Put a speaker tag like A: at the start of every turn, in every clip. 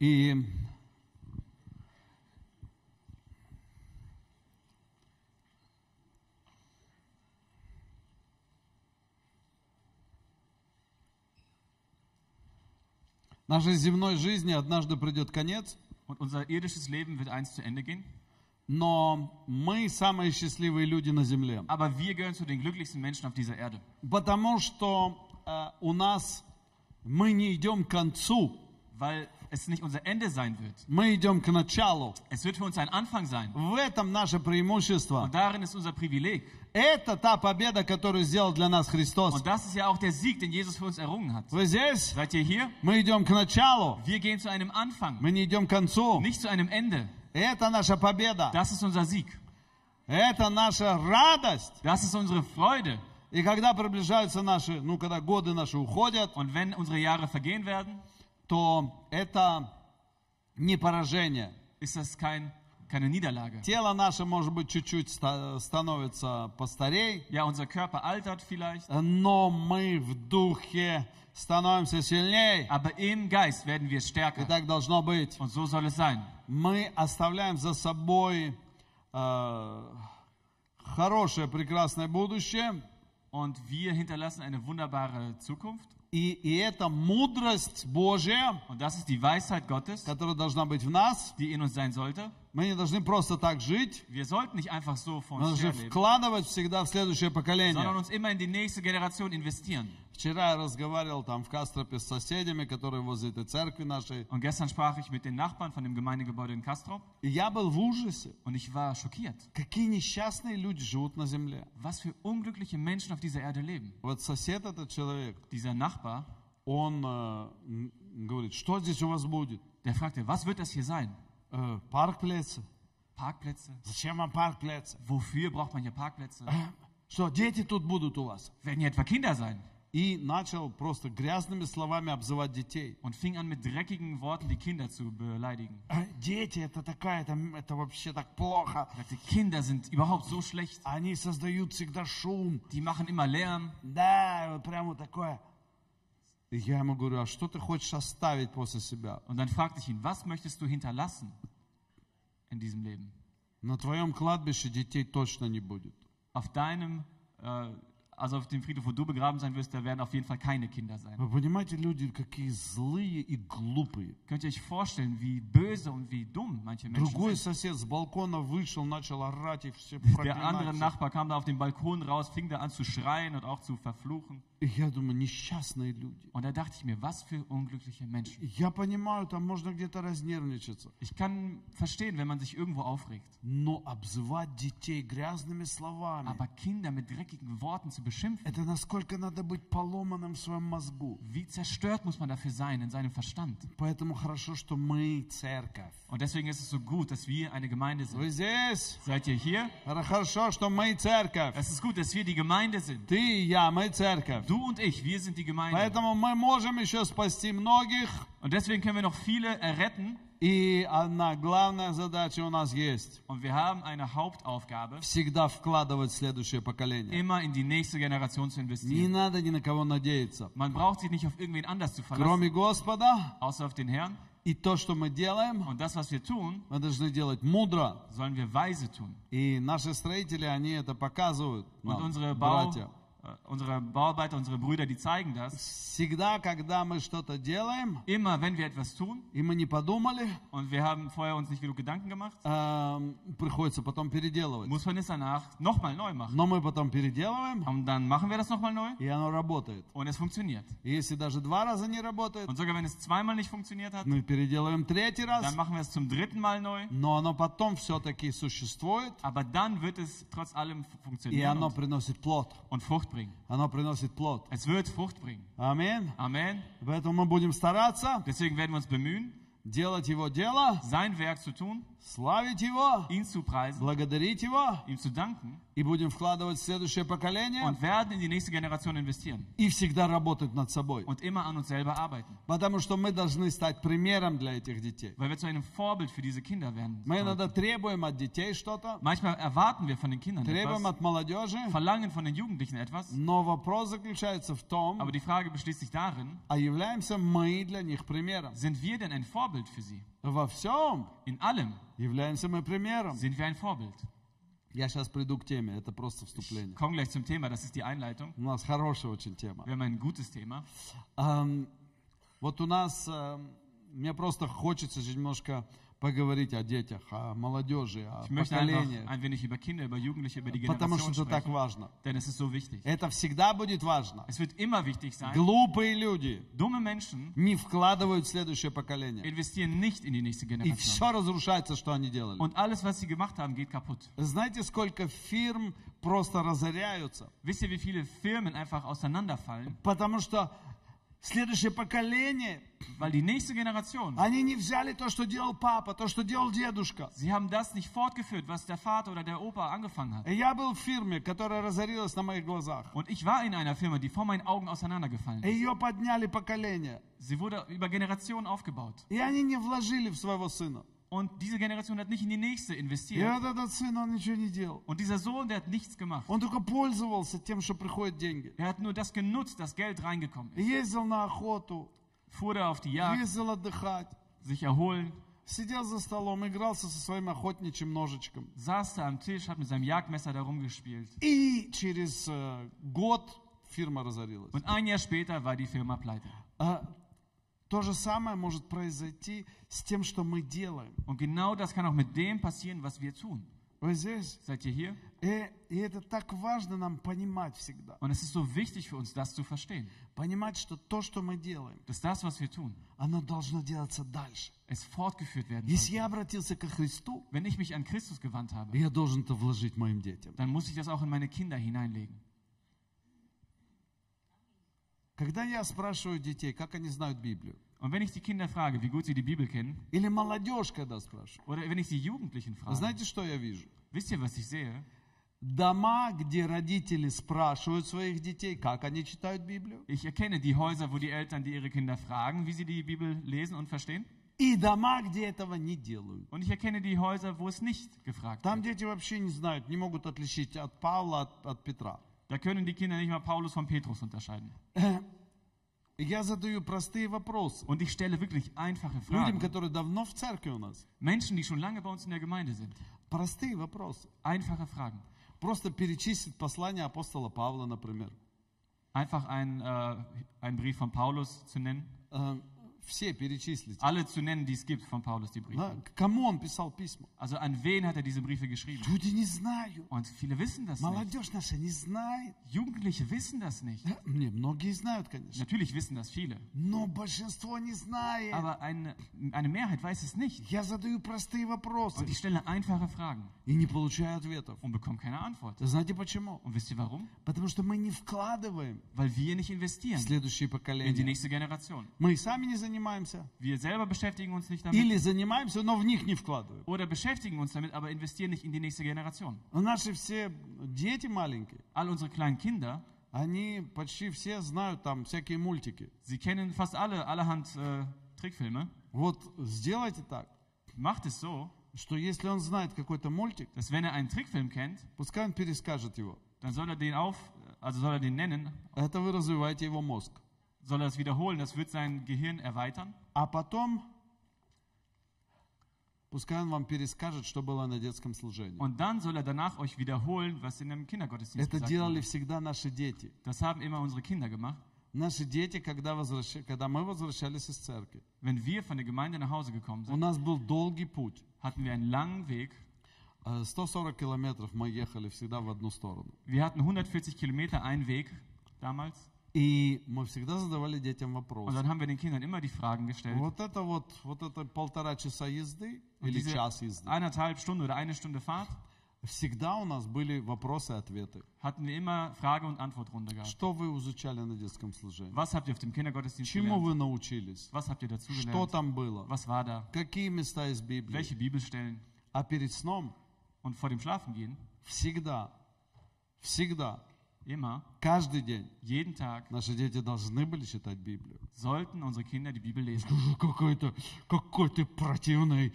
A: И нашей земной жизни однажды придет конец,
B: Und unser irdisches Leben wird einst zu Ende gehen.
A: но мы самые счастливые люди на земле,
B: Aber wir gehören zu den glücklichsten Menschen auf dieser Erde.
A: потому что э, у нас мы не идем к концу,
B: Weil es nicht unser Ende sein wird.
A: мы идем к началу.
B: Es wird für uns ein Anfang sein.
A: В этом наше преимущество.
B: Und darin ist unser Privileg.
A: Это та победа, которую сделал для нас Христос.
B: Und das ist ja auch der Sieg, den Jesus für uns errungen hat.
A: Вы здесь?
B: Seid ihr hier?
A: Мы идем к началу,
B: Wir gehen zu einem Anfang,
A: мы не идем к концу.
B: nicht zu einem Ende.
A: Это наша победа,
B: Das ist unser Sieg.
A: это наша радость.
B: Das ist unsere Freude.
A: И когда приближаются наши, ну, когда годы наши уходят,
B: Und wenn unsere Jahre vergehen werden,
A: то это не поражение.
B: ist das kein, keine Niederlage.
A: Тело наше, может быть, чуть-чуть ста- становится постарей,
B: Ja, unser Körper altert vielleicht,
A: но мы в духе становимся сильнее.
B: aber im Geist werden
A: И
B: wir stärker.
A: так должно быть.
B: Und so soll es sein.
A: мы оставляем за собой э, хорошее, прекрасное будущее,
B: Und wir hinterlassen eine wunderbare Zukunft.
A: и, и это мудрость Божья,
B: Und das ist die Weisheit Gottes,
A: которая должна быть в нас.
B: die in uns sein sollte.
A: Мы не должны просто так жить,
B: Wir sollten nicht einfach so von
A: мы
B: uns
A: должны
B: herleben,
A: вкладывать всегда в следующее
B: sondern
A: поколение.
B: uns immer in die nächste Generation investieren.
A: Вчера я разговаривал там в Кастропе с соседями, которые возле этой церкви нашей,
B: Und gestern sprach ich mit den Nachbarn von dem Gemeindegebäude in Kastrop
A: и я был в ужасе.
B: und ich war schockiert,
A: Какие несчастные люди живут на земле.
B: was für unglückliche Menschen auf dieser Erde leben.
A: Вот сосед этот человек,
B: Dieser Nachbar,
A: он э, м, говорит, что здесь у вас будет?
B: der fragte, was wird das hier sein?
A: «Э, парк плеса.
B: Parkplätze?
A: Зачем вам парк пляца?
B: Wofür braucht man hier Parkplätze?
A: Что, дети тут будут у вас?
B: Werden hier etwa Kinder sein?
A: И начал просто грязными словами обзывать детей.
B: Und fing an mit dreckigen Worten die Kinder zu beleidigen.
A: «А, Дети, это такая, это, м, это вообще так плохо.
B: Er sagte, Kinder sind überhaupt so schlecht.
A: Они создают всегда шум.
B: Die machen immer Lärm.
A: Да, вот прям вот такое. И я ему говорю, а что ты хочешь оставить после себя?
B: Und dann fragte ich ihn, was möchtest du hinterlassen in diesem Leben?
A: На твоем кладбище детей точно не будет.
B: Auf deinem, äh, also auf dem Friedhof, wo du begraben sein wirst, da werden auf jeden Fall keine Kinder sein.
A: Вы понимаете, люди какие злые и глупые.
B: Könnt ihr euch vorstellen, wie böse und wie dumm manche Menschen
A: Другой
B: sind?
A: сосед с балкона вышел, начал орать и все
B: Der andere
A: проклинать. всех.
B: Nachbar kam da auf den Balkon raus, fing da an zu schreien und auch zu verfluchen.
A: И я думаю, несчастные люди.
B: Und da dachte ich mir, was für unglückliche Menschen.
A: Я понимаю, там можно где-то разнервничаться,
B: Ich kann verstehen, wenn man sich irgendwo aufregt.
A: но обзывать детей грязными словами,
B: Aber Kinder mit dreckigen Worten zu beschimpfen,
A: это насколько надо быть поломанным в своем мозгу.
B: wie zerstört muss man dafür sein in seinem Verstand?
A: Поэтому хорошо, что мы церковь.
B: Und deswegen ist es so gut, dass wir eine Gemeinde sind.
A: Вы здесь?
B: Seid ihr hier?
A: Хоро- Хорошо, что мы церковь.
B: Es ist gut, dass wir die Gemeinde sind.
A: Ты и я, мы церковь.
B: Du und ich, wir sind die Gemeinde.
A: Поэтому мы можем еще спасти многих,
B: Und deswegen können wir noch viele erretten.
A: и одна главная задача у нас есть.
B: Und wir haben eine Hauptaufgabe,
A: Всегда вкладывать в следующее поколение.
B: immer in die nächste Generation zu
A: Не
B: investieren.
A: надо ни на кого надеяться.
B: Man braucht sich nicht auf irgendwen anders zu verlassen,
A: Кроме Господа
B: außer auf den Herrn.
A: и то, что мы делаем,
B: Und das, was wir tun,
A: Мы должны делать мудро.
B: sollen wir weise tun.
A: И наши строители, они это показывают.
B: Und
A: нам,
B: unsere, Bau,
A: братья.
B: äh, unsere Bauarbeiter, unsere Brüder, die zeigen das.
A: Всегда, когда мы что-то делаем,
B: Immer, wenn wir etwas tun
A: и мы не подумали,
B: und wir haben vorher uns nicht genug Gedanken gemacht,
A: эм, приходится потом переделывать.
B: muss man es danach nochmal neu machen.
A: Но мы потом переделываем,
B: Und dann machen wir das nochmal neu
A: и оно работает.
B: und es funktioniert.
A: И если даже два раза не работает,
B: Und sogar wenn es zweimal nicht funktioniert hat,
A: мы переделываем третий раз,
B: dann machen wir es zum dritten Mal neu.
A: но оно потом все-таки существует,
B: Aber dann wird es trotz allem fu-
A: и
B: funktionieren
A: оно
B: und,
A: приносит плод.
B: und Frucht bringen.
A: Оно приносит плод.
B: Es wird Frucht bringen.
A: Аминь.
B: Amen.
A: Поэтому мы будем стараться
B: Deswegen werden wir uns bemühen,
A: делать Его дело,
B: sein Werk zu tun,
A: славить Его,
B: ihn zu preisen,
A: благодарить Его,
B: ihm zu danken
A: и будем вкладывать в следующее поколение
B: und werden in die nächste Generation investieren
A: и всегда работать над собой.
B: und immer an uns selber arbeiten,
A: Потому что мы должны стать примером для этих детей.
B: weil wir zu einem Vorbild für diese Kinder werden.
A: Мы иногда требуем от детей что-то,
B: Manchmal erwarten wir von den Kindern
A: требуем
B: etwas,
A: от молодежи,
B: verlangen von den Jugendlichen etwas,
A: но вопрос заключается в
B: aber
A: том,
B: die Frage besteht sich darin,
A: а являемся мы для них примером.
B: sind wir denn ein Vorbild für sie.
A: Во всем
B: In allem
A: являемся мы примером.
B: sind wir ein Vorbild.
A: Я сейчас приду к теме, это просто вступление.
B: Kommen gleich zum Thema, das ist die Einleitung.
A: У нас хорошая очень тема.
B: Wir haben ein gutes Thema.
A: Ам, Вот у нас, ам, мне просто хочется же немножко поговорить о детях, о молодежи, о
B: Ich möchte einfach
A: поколении,
B: ein wenig über Kinder, über Jugendliche, über die
A: потому что
B: Generation
A: это так
B: sprechen,
A: важно.
B: denn es ist so wichtig.
A: Это всегда будет важно.
B: Es wird immer wichtig sein,
A: Глупые люди
B: dumme Menschen
A: не вкладывают в следующее поколение.
B: investieren nicht in die nächste
A: И
B: Generation.
A: все разрушается, что они делали.
B: Und alles, was sie gemacht haben, geht kaputt.
A: Знаете, сколько фирм просто разоряются?
B: Wisst ihr, wie viele Firmen einfach auseinanderfallen,
A: Потому что следующее поколение,
B: weil die nächste Generation,
A: они не взяли то, что делал папа, то, что делал дедушка.
B: sie haben das nicht fortgeführt, was der Vater oder der Opa angefangen hat.
A: И Я был в фирме, которая разорилась на моих глазах.
B: Und ich war in einer Firma, die vor meinen Augen auseinandergefallen
A: И
B: ist.
A: Ее подняли поколение.
B: Sie wurde über Generationen aufgebaut.
A: И они не вложили в своего сына.
B: Und diese Generation hat nicht in die nächste
A: И
B: investiert.
A: вот этот сын, он ничего не делал.
B: Und dieser Sohn, der hat nichts gemacht.
A: Он только пользовался тем, что приходят деньги.
B: Er hat nur das genutzt, das Geld reingekommen ist.
A: Ездил на охоту,
B: Fuhr da auf die Jagd,
A: ездил отдыхать.
B: sich erholen,
A: Сидел за столом, игрался со своим охотничьим ножичком.
B: saß da am Tisch, hat mit seinem Jagdmesser da rumgespielt.
A: И через э, год фирма разорилась.
B: Und ein Jahr später war die Firma pleite.
A: А, то же самое может произойти с тем, что мы делаем.
B: Und genau das kann auch mit dem passieren, was wir tun.
A: Вы здесь?
B: Seid ihr hier?
A: И, и это так важно нам понимать всегда.
B: Und es ist so wichtig für uns, das zu verstehen,
A: Понимать, что то, что мы делаем,
B: dass das, was wir tun,
A: оно должно делаться дальше.
B: es fortgeführt werden
A: Если
B: soll.
A: я обратился ко Христу,
B: Wenn ich mich an Christus gewandt habe,
A: я должен это вложить моим детям.
B: dann muss ich das auch in meine Kinder hineinlegen.
A: Когда я спрашиваю детей, как они знают Библию,
B: Und wenn ich die Kinder frage, wie gut sie die Bibel kennen,
A: или молодежь, когда спрашиваю,
B: oder wenn ich die Jugendlichen frage,
A: знаете, что я вижу?
B: wisst ihr, was ich sehe?
A: Дома, где родители спрашивают своих детей, как они читают Библию,
B: Ich erkenne die Häuser, wo die Eltern, die ihre Kinder fragen, wie sie die Bibel lesen und verstehen.
A: и дома, где этого не делают.
B: Und ich erkenne die Häuser, wo es nicht gefragt
A: Там
B: wird.
A: дети вообще не знают, не могут отличить от Павла от, от Петра.
B: Da können die Kinder nicht mal Paulus von Petrus unterscheiden.
A: И Я задаю простые вопросы
B: Und ich stelle wirklich einfache
A: людям,
B: Fragen.
A: которые давно в церкви у нас.
B: Menschen, die schon lange bei uns in der Gemeinde sind.
A: Простые вопросы.
B: Einfache Fragen.
A: Просто перечислить послание апостола Павла, например.
B: Einfach einen, äh, einen Brief von Paulus zu nennen.
A: Э, Все перечислить.
B: Alle zu nennen, die es gibt von Paulus, die
A: Да,
B: Briefe.
A: к Кому он писал письма?
B: Also an wen hat er diese Briefe geschrieben?
A: Люди не знают.
B: Und viele wissen das nicht.
A: Молодежь наша не знает.
B: Jugendliche wissen das nicht.
A: Не, многие знают, конечно.
B: Natürlich wissen das viele.
A: Но большинство не знает.
B: Aber eine, eine Mehrheit weiß es nicht.
A: Я задаю простые вопросы
B: Und ich stelle einfache Fragen
A: и не получаю ответов.
B: und bekomme keine Antwort.
A: Знаете почему?
B: Und wisst ihr warum?
A: Потому что мы не вкладываем
B: Weil wir nicht
A: в
B: investieren
A: следующие
B: in die
A: поколения.
B: nächste Generation.
A: Мы и сами не занимаемся.
B: Wir selber beschäftigen uns nicht damit
A: Или занимаемся, но в них не вкладываем.
B: oder beschäftigen uns damit, aber investieren nicht in die nächste Generation.
A: Но Наши все дети маленькие,
B: All unsere kleinen Kinder,
A: они почти все знают там всякие мультики.
B: sie kennen fast alle allerhand äh, Trickfilme.
A: Вот сделайте так,
B: Macht es so,
A: что если он знает какой-то мультик,
B: dass wenn er einen Trickfilm kennt,
A: пускай он перескажет его.
B: dann soll er den auf, also soll er den nennen,
A: Это вы развиваете его мозг.
B: soll er es wiederholen, das wird sein Gehirn erweitern.
A: А потом пускай он вам перескажет, что было на детском служении.
B: Und dann soll er danach euch wiederholen, was in einem Kindergottesdienst
A: Это
B: gesagt
A: делали
B: wurde.
A: всегда наши дети.
B: Das haben immer unsere Kinder gemacht.
A: Наши дети, когда, возвращ- когда мы возвращались из церкви,
B: Wenn wir von der Gemeinde nach Hause gekommen
A: у
B: sind,
A: нас был долгий путь.
B: hatten wir einen langen Weg.
A: Э, 140 километров мы ехали всегда в одну сторону.
B: Wir hatten 140 Kilometer einen Weg damals.
A: И мы всегда задавали детям
B: Und
A: вопросы.
B: dann haben wir den Kindern immer die Fragen gestellt.
A: Вот это вот, вот это полтора часа езды
B: Und
A: или
B: diese
A: час езды.
B: eineinhalb Stunden oder eine Stunde Fahrt
A: Всегда у нас были вопросы и ответы.
B: hatten wir immer Frage- und Antwortrunde gehabt.
A: Что вы изучали на детском служении?
B: Was habt ihr auf dem Kindergottesdienst
A: Чему
B: gelernt?
A: вы научились?
B: Was habt ihr dazu
A: Что
B: gelernt?
A: там было?
B: Was war da?
A: Какие места из Библии?
B: Welche Bibelstellen?
A: А перед сном
B: Und vor dem Schlafengehen,
A: всегда, всегда,
B: immer,
A: каждый день
B: jeden Tag,
A: наши дети должны были читать Библию.
B: sollten unsere Kinder die Bibel lesen.
A: Боже, Какой ты, какой ты противный,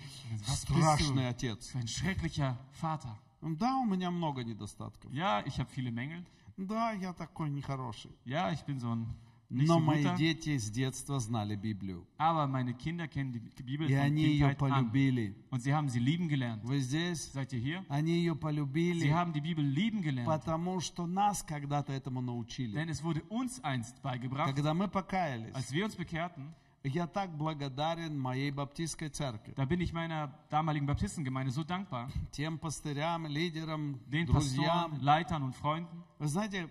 B: Was bist
A: страшный
B: du?
A: отец.
B: So ein schrecklicher Vater.
A: Да, у меня много недостатков.
B: Ja, ich habe viele Mängel.
A: Да, я такой нехороший.
B: Ja, ich bin so ein nicht
A: Но
B: so
A: мои
B: guter.
A: дети с детства знали Библию.
B: Aber meine Kinder kennen die Bibel
A: И
B: von
A: они ее
B: Kindheit an.
A: полюбили.
B: Und sie haben sie lieben gelernt.
A: Вы здесь?
B: Seid ihr hier?
A: Они ее
B: Sie
A: полюбили,
B: haben die Bibel lieben gelernt.
A: потому что нас когда-то этому научили.
B: Denn es wurde uns einst beigebracht,
A: Когда мы покаялись,
B: als wir uns bekehrten,
A: я так благодарен моей баптистской церкви,
B: da bin ich meiner damaligen Baptistengemeinde so dankbar,
A: тем пастырям, лидерам,
B: den
A: друзьям.
B: Pastoren, Leitern und Freunden.
A: Вы знаете,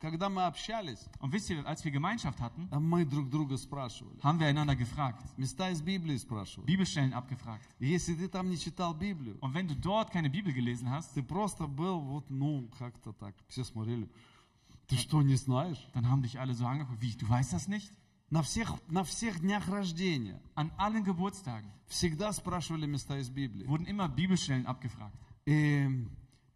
A: когда мы общались,
B: Und wisst ihr, als wir Gemeinschaft hatten,
A: мы друг друга спрашивали.
B: haben wir einander gefragt,
A: Места из Библии спрашивали.
B: Bibelstellen abgefragt.
A: И Если ты там не читал Библию,
B: Und wenn du dort keine Bibel gelesen hast,
A: ты просто был вот, ну, как-то так. Все смотрели. Ты что, не знаешь?
B: dann haben dich alle so angeguckt, wie, du weißt das nicht?
A: На всех, на всех днях рождения
B: An allen Geburtstagen
A: всегда спрашивали места из Библии.
B: wurden immer Bibelstellen abgefragt.
A: И,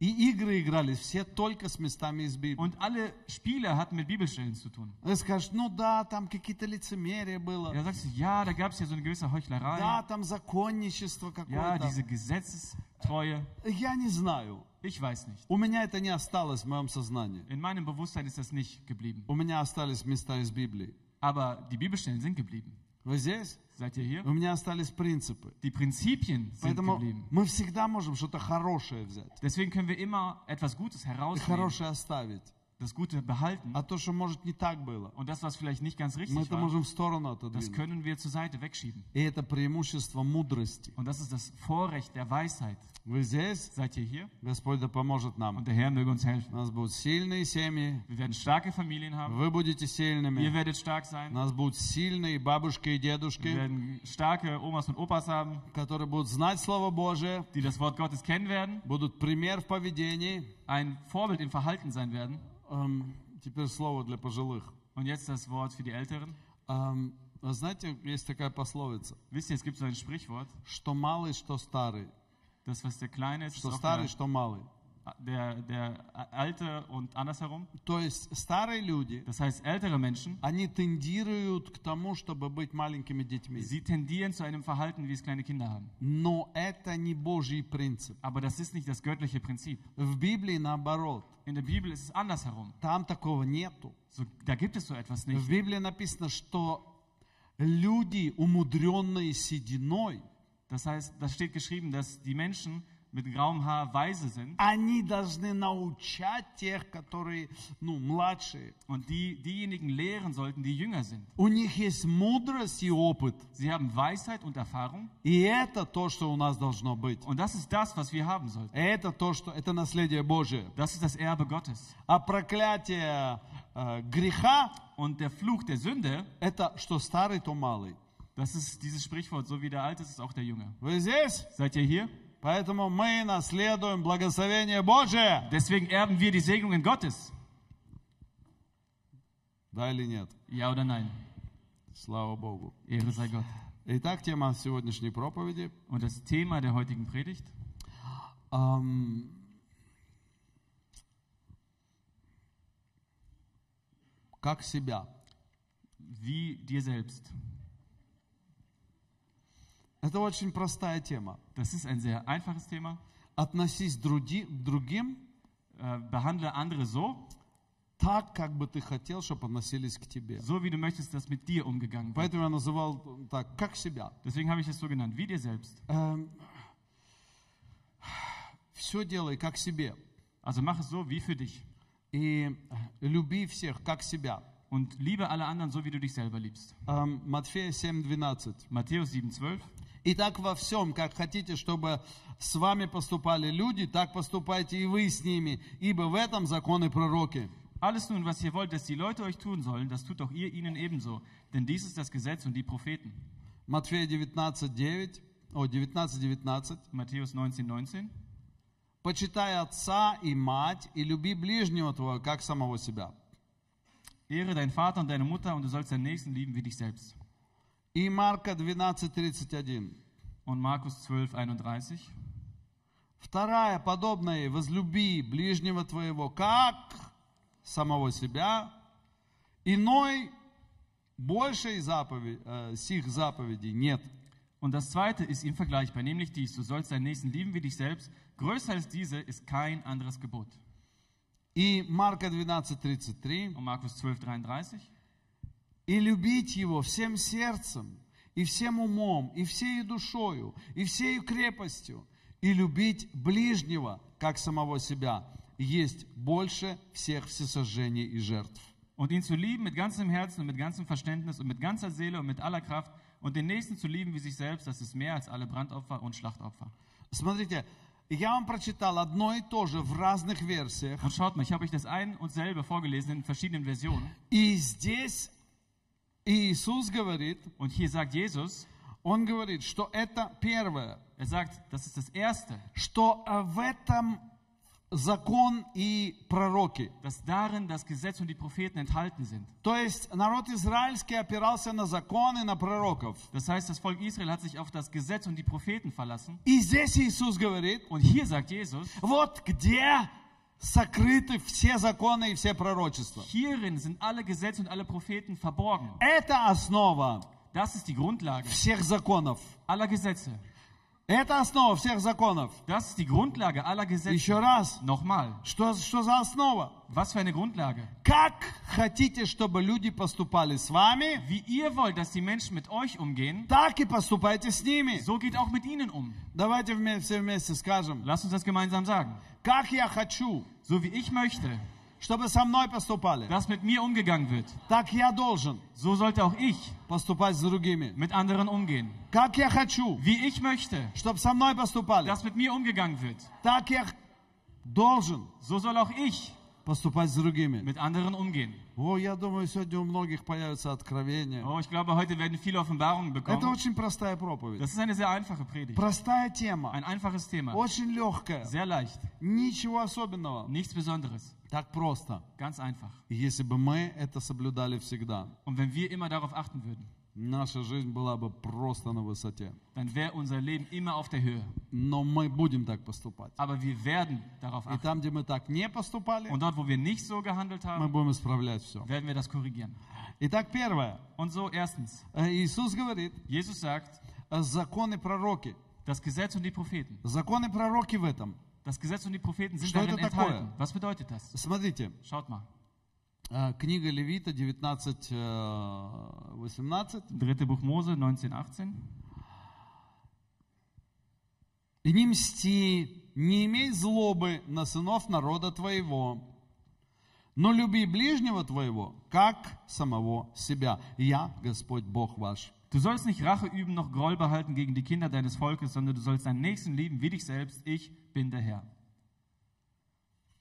A: и игры игрались все только с местами из Библии.
B: Und alle Spiele hatten mit Bibelstellen zu tun.
A: Ты скажешь, ну да, там какие-то лицемерия
B: Ja,
A: было.
B: sagst du, ja, da gab es ja so eine gewisse
A: Да,
B: Heuchlerei.
A: там законничество
B: Ja,
A: какое-то.
B: diese Gesetzestreue.
A: Я не знаю.
B: Ich weiß nicht.
A: У меня это не осталось в моем сознании.
B: In meinem Bewusstsein ist das nicht geblieben.
A: У меня остались места из Библии.
B: Aber die Bibelstellen sind geblieben.
A: Вы здесь?
B: Seid ihr hier?
A: У меня остались принципы.
B: Die Prinzipien sind
A: Поэтому
B: geblieben.
A: мы всегда можем что-то хорошее взять,
B: Deswegen können wir immer etwas Gutes
A: и
B: herausnehmen,
A: хорошее оставить.
B: das Gute behalten.
A: А то, что может не так было,
B: Und das, was vielleicht nicht ganz
A: мы
B: richtig
A: это
B: war,
A: можем в сторону
B: das
A: отодвинуть.
B: können wir zur Seite wegschieben.
A: И это преимущество мудрости.
B: Und das ist das Vorrecht der Weisheit.
A: Вы здесь?
B: Seid ihr hier?
A: Господь да поможет нам.
B: Und der Herr möge uns
A: У
B: helfen.
A: нас будут сильные семьи,
B: Wir werden starke Familien haben.
A: вы будете
B: Ihr
A: сильными.
B: werdet stark
A: У
B: sein.
A: нас будут сильные бабушки и
B: Wir
A: дедушки,
B: werden starke Omas und Opas haben,
A: которые будут знать Слово Божие,
B: die das Wort Gottes kennen werden,
A: будут пример в поведении.
B: ein Vorbild im Verhalten sein werden.
A: Эм, Теперь слово для пожилых.
B: Und jetzt das Wort für die Älteren.
A: Эм, Вы знаете, есть такая пословица,
B: Wisst ihr, es gibt so ein Sprichwort,
A: что малый, что старый.
B: das, was der Kleine ist, ist
A: Что
B: auch
A: старый,
B: der,
A: что малый.
B: der, der Alte und andersherum.
A: То есть старые люди,
B: Das heißt, ältere Menschen,
A: они тендируют к тому, чтобы быть маленькими детьми.
B: sie tendieren zu einem Verhalten, wie es kleine Kinder haben.
A: Но это не Божий принцип.
B: Aber das ist nicht das göttliche Prinzip.
A: В Библии наоборот.
B: In der Bibel ist es andersherum.
A: Там такого нету.
B: So, da gibt es so etwas
A: В
B: nicht.
A: Библии написано, что люди, умудренные сединой,
B: Das heißt, da steht geschrieben, dass die Menschen mit grauem Haar weise sind
A: они должны научать тех, которые, ну, младшие.
B: und die, diejenigen lehren sollten, die jünger sind.
A: У них есть мудрость и опыт.
B: Sie haben Weisheit und Erfahrung
A: И это то, что у нас должно быть.
B: und das ist das, was wir haben sollten.
A: Это то, что это наследие Божие.
B: Das ist das Erbe Gottes.
A: А проклятие э, греха
B: Und der Fluch der Sünde,
A: это что старый, то малый.
B: das ist dieses Sprichwort, so wie der Alte ist, ist auch der Junge.
A: Вы здесь?
B: Seid ihr hier?
A: Поэтому мы наследуем благословение Божие.
B: Deswegen erben wir die Segnungen Gottes.
A: Да или нет?
B: Ja oder nein?
A: Слава Богу.
B: Ehre sei Gott.
A: Итак, тема сегодняшней проповеди.
B: Und das Thema der heutigen Predigt,
A: Ам, как себя.
B: wie dir selbst.
A: Это очень простая тема.
B: Das ist ein sehr einfaches Thema.
A: Относись други- к другим
B: Äh, behandle andere so,
A: так, как бы ты хотел, чтобы относились к тебе.
B: so wie du möchtest, dass mit dir umgegangen wird.
A: Поэтому я называл так, как себя. Эм,
B: Deswegen habe ich es so genannt, wie dir selbst.
A: все делай как себе.
B: Also mach es so wie für dich
A: И э, люби всех как себя.
B: und liebe alle anderen so, wie du dich selber liebst.
A: Эм, Матфея 7:12.
B: Matthäus 7,12.
A: Итак, во всем, как хотите, чтобы с вами поступали люди, так поступайте и вы с ними, ибо в этом законы пророки.
B: Alles nun, was ihr wollt, dass die Leute euch tun sollen, das tut auch ihr ihnen ebenso. Denn dies ist das Gesetz und die Propheten.
A: Матфея 19:9. О, 19:19.
B: Matthäus 19,19. 19.
A: Почитай отца и мать и люби ближнего твоего, как самого себя.
B: Ehre deinen Vater und deine Mutter und du sollst deinen Nächsten lieben wie dich selbst.
A: И Марка 12:31.
B: Und Markus 12,31.
A: Вторая, подобная, ей, возлюби ближнего твоего, как самого себя. Иной большей заповеди, э, сих заповедей нет.
B: Und das zweite ist ihm vergleichbar, nämlich dies, du sollst deinen Nächsten lieben wie dich selbst. Größer als diese ist kein anderes Gebot.
A: И Марка 12:33.
B: Und Markus 12, 33.
A: И любить Его всем сердцем, и всем умом, и всею душою, и всею крепостью, и любить ближнего, как самого себя, есть больше всех всесожжений и жертв.
B: Und ihn zu lieben mit ganzem Herzen und mit ganzem Verständnis und mit ganzer Seele und mit aller Kraft und den Nächsten zu lieben wie sich selbst, das ist mehr als alle Brandopfer und Schlachtopfer.
A: Смотрите, я вам прочитал одно и то же в разных версиях.
B: Und schaut mal, ich habe euch das ein und selbe vorgelesen in verschiedenen Versionen.
A: И здесь Иисус говорит,
B: Und hier sagt Jesus,
A: Он говорит, что это первое,
B: er sagt, das ist das Erste,
A: что э, в этом закон и пророки.
B: dass darin das Gesetz und die Propheten enthalten sind.
A: То есть народ израильский опирался на законы, на пророков.
B: Das heißt, das Volk Israel hat sich auf das Gesetz und die Propheten verlassen.
A: И здесь Иисус говорит,
B: Und hier sagt Jesus,
A: вот где сокрыты все законы и все пророчества.
B: hierin sind alle Gesetze und alle Propheten verborgen.
A: Это основа
B: Das ist die Grundlage
A: всех законов.
B: aller Gesetze.
A: Это основа всех законов.
B: Das ist die Grundlage aller Gesetze.
A: Еще раз,
B: Nochmal,
A: что, что за основа?
B: was für eine Grundlage?
A: Как хотите, чтобы люди поступали с вами,
B: Wie ihr wollt, dass die Menschen mit euch umgehen,
A: так и поступайте с ними.
B: so geht auch mit ihnen um.
A: Давайте вме- все вместе скажем,
B: Lasst uns das gemeinsam sagen.
A: как я хочу,
B: So wie ich möchte,
A: чтобы со мной поступали,
B: dass mit mir umgegangen wird,
A: так я должен
B: so sollte auch ich
A: поступать с другими.
B: mit anderen umgehen.
A: Как я хочу,
B: Wie ich möchte,
A: чтобы со мной поступали,
B: dass mit mir umgegangen wird,
A: так я должен
B: so soll auch ich
A: поступать с другими.
B: mit anderen umgehen.
A: О, я думаю, сегодня у многих появится откровение.
B: Oh, ich glaube, heute werden viele Offenbarungen
A: Это
B: bekommen.
A: очень простая проповедь.
B: Das ist eine sehr einfache Predigt.
A: Простая тема,
B: Ein einfaches Thema.
A: очень легкая,
B: Sehr leicht.
A: ничего особенного.
B: Nichts Besonderes.
A: Так просто.
B: Ganz einfach.
A: Если бы мы это соблюдали всегда,
B: Und wenn wir immer darauf achten würden,
A: наша жизнь была бы просто на высоте.
B: dann wäre unser Leben immer auf der Höhe.
A: Но мы будем так поступать.
B: Aber wir werden darauf
A: И
B: achten.
A: там, где мы так не поступали,
B: Und dort, wo wir nicht so gehandelt
A: мы
B: haben,
A: будем исправлять все.
B: werden wir das korrigieren.
A: Итак, первое.
B: Und so erstens,
A: Э, Иисус говорит,
B: Jesus sagt,
A: э, законы пророки.
B: das Gesetz und die Propheten.
A: Законы пророки в этом.
B: Das Gesetz und die Propheten sind
A: Steht
B: darin
A: da Takoya?
B: enthalten. Was bedeutet das?
A: Смотрите,
B: Schaut mal.
A: э, книга Левита э, 19.18.
B: Dritte Buch Mose 19,18.
A: «И не мсти, не имей злобы на сынов народа твоего, но люби ближнего твоего, как самого себя. Я Господь Бог ваш».
B: Du sollst nicht Rache üben noch Groll behalten gegen die Kinder deines Volkes, sondern du sollst deinen Nächsten lieben wie dich selbst. Ich bin der Herr.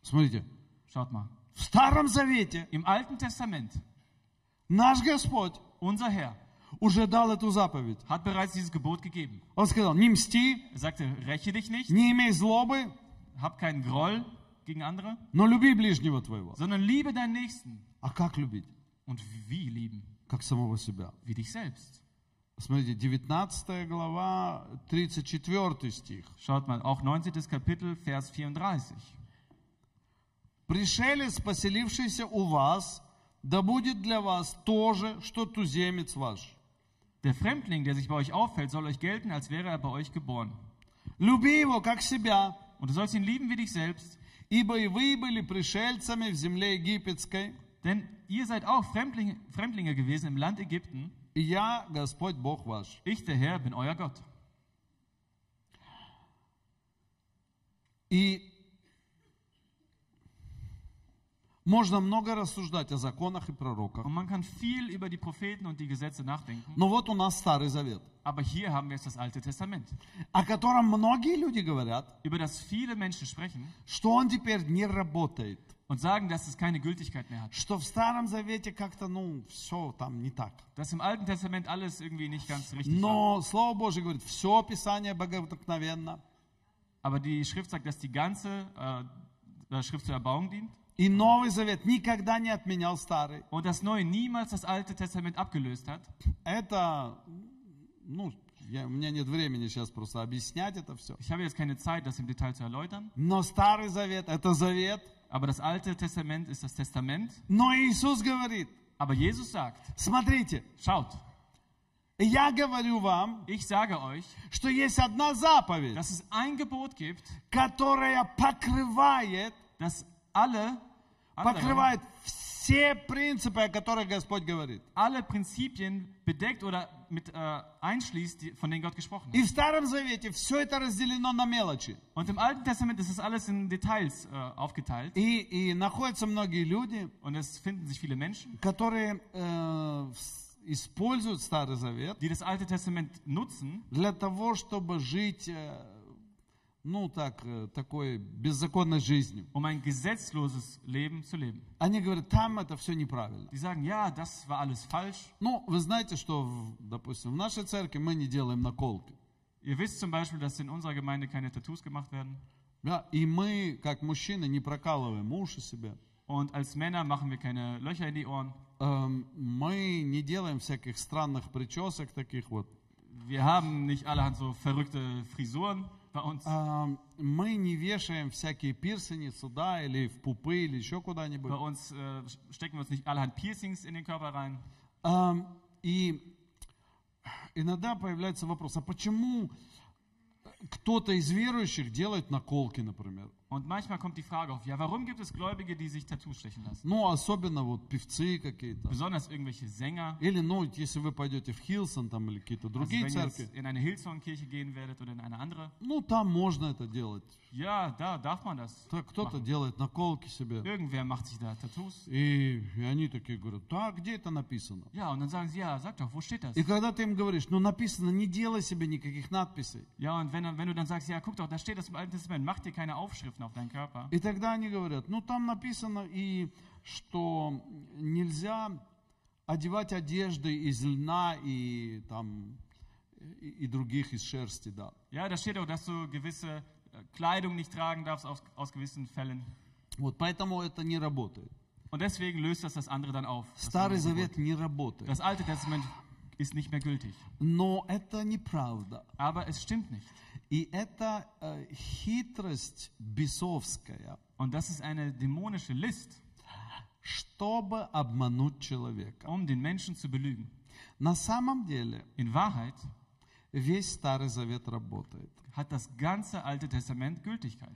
A: Смотрите,
B: Schaut mal.
A: в Старом Завете
B: Im Alten Testament,
A: наш Господь
B: unser Herr
A: уже дал эту заповедь.
B: hat bereits dieses Gebot gegeben.
A: Он сказал, не мсти,
B: Er sagte, räche dich nicht,
A: не имей злобы,
B: hab keinen Groll gegen andere,
A: но люби ближнего твоего.
B: sondern liebe deinen Nächsten.
A: А как любить?
B: Und wie lieben?
A: Как самого себя.
B: Wie dich selbst.
A: Смотрите, 19 глава, 34 стих.
B: Schaut mal, auch 19. Kapitel, Vers 34.
A: «Пришелец, поселившийся у вас, да будет для вас то же, что туземец ваш.
B: Der Fremdling, der sich bei euch auffällt, soll euch gelten, als wäre er bei euch geboren.
A: Люби его, как себя,
B: Und du sollst ihn lieben wie dich selbst,
A: ибо и вы были пришельцами в земле египетской,
B: denn ihr seid auch Fremdlinge, Fremdlinge gewesen im Land Ägypten.
A: и я, Господь Бог ваш».
B: Ich, der Herr, bin euer Gott.
A: И можно много рассуждать о законах и пророках.
B: Und man kann viel über die Propheten und die Gesetze nachdenken,
A: Но вот у нас Старый Завет,
B: aber hier haben wir jetzt das Alte Testament,
A: о котором многие люди говорят,
B: über das viele Menschen sprechen
A: что он теперь не работает,
B: und sagen, dass es keine Gültigkeit mehr hat.
A: что в Старом Завете как-то, ну, все там не так.
B: Dass im Alten Testament alles irgendwie nicht ganz richtig war.
A: Но Слово Божье говорит, все Писание богообыкновенно,
B: Aber die Schrift sagt, dass die ganze äh, äh, Schrift zur Erbauung dient
A: и Новый Завет никогда не отменял Старый.
B: und das Neue niemals das Alte Testament abgelöst hat.
A: Это, ну, я- у меня нет времени сейчас просто obъяснять это все.
B: Ich habe jetzt keine Zeit, das im Detail zu erläutern,
A: Но Старый Завет – это Завет.
B: aber das Alte Testament ist das Testament.
A: Но Иисус говорит,
B: Aber Jesus sagt,
A: смотрите,
B: schaut,
A: я говорю вам,
B: ich sage euch,
A: что есть одна заповедь,
B: dass es ein Gebot gibt,
A: которая покрывает
B: das alle Andere,
A: покрывает все принципы, о которых Господь говорит.
B: alle Prinzipien bedeckt oder mit äh, einschließt, die, von denen Gott gesprochen hat.
A: И в Старом Завете все это разделено на мелочи.
B: Und im Alten Testament ist das alles in Details äh, aufgeteilt.
A: И, и naходятся многие люди,
B: Und es finden sich viele Menschen,
A: которые э, вс- используют Старый Завет
B: die das Alte Testament nutzen,
A: для того, чтобы жить, э, ну так, э, такой беззаконной жизнью.
B: um ein gesetzloses Leben zu leben.
A: Они говорят, там это все неправильно.
B: Die sagen, ja, das war alles falsch.
A: Ну, вы знаете, что, в- допустим, в нашей церкви мы не делаем наколки.
B: Ihr wisst zum Beispiel, dass in unserer Gemeinde keine Tattoos gemacht werden.
A: Да? И мы, как мужчины, не прокалываем уши себе.
B: Und als Männer machen wir keine Löcher in die Ohren.
A: Эм, Мы не делаем всяких странных причесок таких вот.
B: Wir haben nicht allerhand so verrückte Frisuren bei uns.
A: Эм, Мы не вешаем всякие пирсини сюда или в пупы или еще куда-нибудь.
B: Bei uns äh, stecken wir uns nicht allerhand Piercings in den Körper rein.
A: Ам, Эм, И иногда появляется вопрос, а почему кто-то из верующих делает наколки, например?
B: Und manchmal kommt die Frage auf, ja, warum gibt es Gläubige, die sich Tattoos stechen lassen?
A: Ну, особенно вот певцы какие-то.
B: Besonders irgendwelche Sänger.
A: Или, ну, если вы пойдете в Хилсон там или какие-то
B: Also
A: другие
B: wenn ihr jetzt
A: церкви,
B: in eine Hillsong-Kirche gehen werdet oder in eine andere,
A: ну, там можно это делать.
B: ja, da darf man das.
A: Так кто-то
B: machen.
A: делает наколки себе.
B: Irgendwer macht sich da Tattoos.
A: И, и они такие говорят, да, где это написано?
B: Ja, und dann sagen sie, ja, sag doch, wo steht das?
A: И когда ты им говоришь, ну, написано, не делай себе никаких надписей.
B: Ja, und wenn, dann- wenn du dann sagst, ja, guck doch, da steht das im Alten Testament, mach dir keine Aufschriften auf deinen Körper.
A: И тогда они говорят, ну там написано и что нельзя одевать одежды из льна и там и, и других из шерсти, да.
B: Ja, da steht auch, dass du gewisse äh, Kleidung nicht tragen darfst aus, aus gewissen Fällen.
A: Вот поэтому это не работает.
B: Und deswegen löst das das andere dann auf. Das
A: Старый
B: andere Gebot.
A: Завет не работает.
B: Das Alte Testament ist nicht mehr gültig.
A: Но это неправда.
B: Aber es stimmt nicht.
A: И это э, хитрость бесовская,
B: Und das ist eine dämonische List,
A: чтобы обмануть человека.
B: um den Menschen zu belügen.
A: На самом деле
B: In Wahrheit
A: весь Старый Завет работает.
B: hat das ganze Alte Testament Gültigkeit.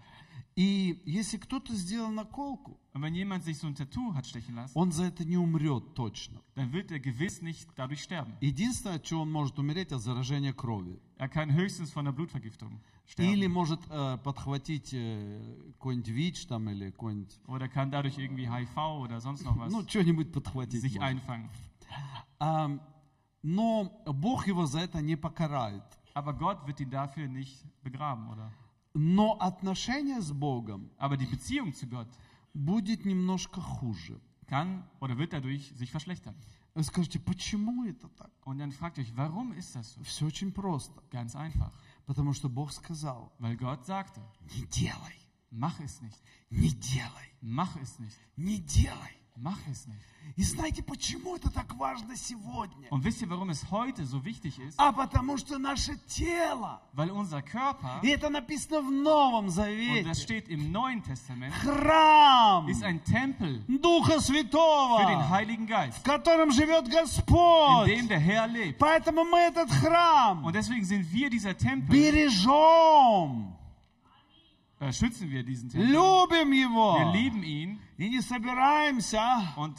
A: И если кто-то сделал наколку,
B: Und wenn jemand sich so ein Tattoo hat stechen lassen,
A: Он за это не умрет точно.
B: dann wird er gewiss nicht dadurch sterben.
A: Единственное, от чего он может умереть, от заражения крови.
B: Er kann höchstens von der Blutvergiftung
A: Или
B: sterben.
A: может э, подхватить э, какой-нибудь ВИЧ там или какой-нибудь...
B: Oder kann dadurch irgendwie HIV oder sonst noch was
A: Ну, что-нибудь подхватить.
B: sich
A: может.
B: einfangen.
A: Ам, но Бог его за это не покарает.
B: Aber Gott wird ihn dafür nicht begraben, oder?
A: Но отношение с Богом
B: Aber die Beziehung zu Gott
A: будет немножко хуже.
B: kann oder wird dadurch sich verschlechtern.
A: Вы скажете, почему это так?
B: Und dann fragt ihr euch, warum ist das so?
A: Все очень просто.
B: Ganz einfach.
A: Потому что Бог сказал,
B: Weil Gott sagte,
A: не делай,
B: mach es nicht,
A: не делай,
B: mach es nicht,
A: не делай.
B: mach es nicht.
A: И знаете, почему это так важно сегодня?
B: Und wisst ihr, warum es heute so wichtig ist?
A: А потому что наше тело,
B: Weil unser Körper,
A: и это написано в Новом
B: und das
A: Завете,
B: steht im Neuen Testament,
A: храм
B: ist ein Tempel
A: Духа
B: für den
A: Святого,
B: Heiligen
A: в
B: Geist,
A: котором живет
B: in
A: Господь.
B: dem der Herr lebt.
A: Поэтому мы этот храм
B: Und deswegen sind wir dieser Tempel,
A: бережем,
B: äh, schützen wir diesen Tempel.
A: любим
B: Wir
A: его
B: lieben ihn
A: и не собираемся а,
B: und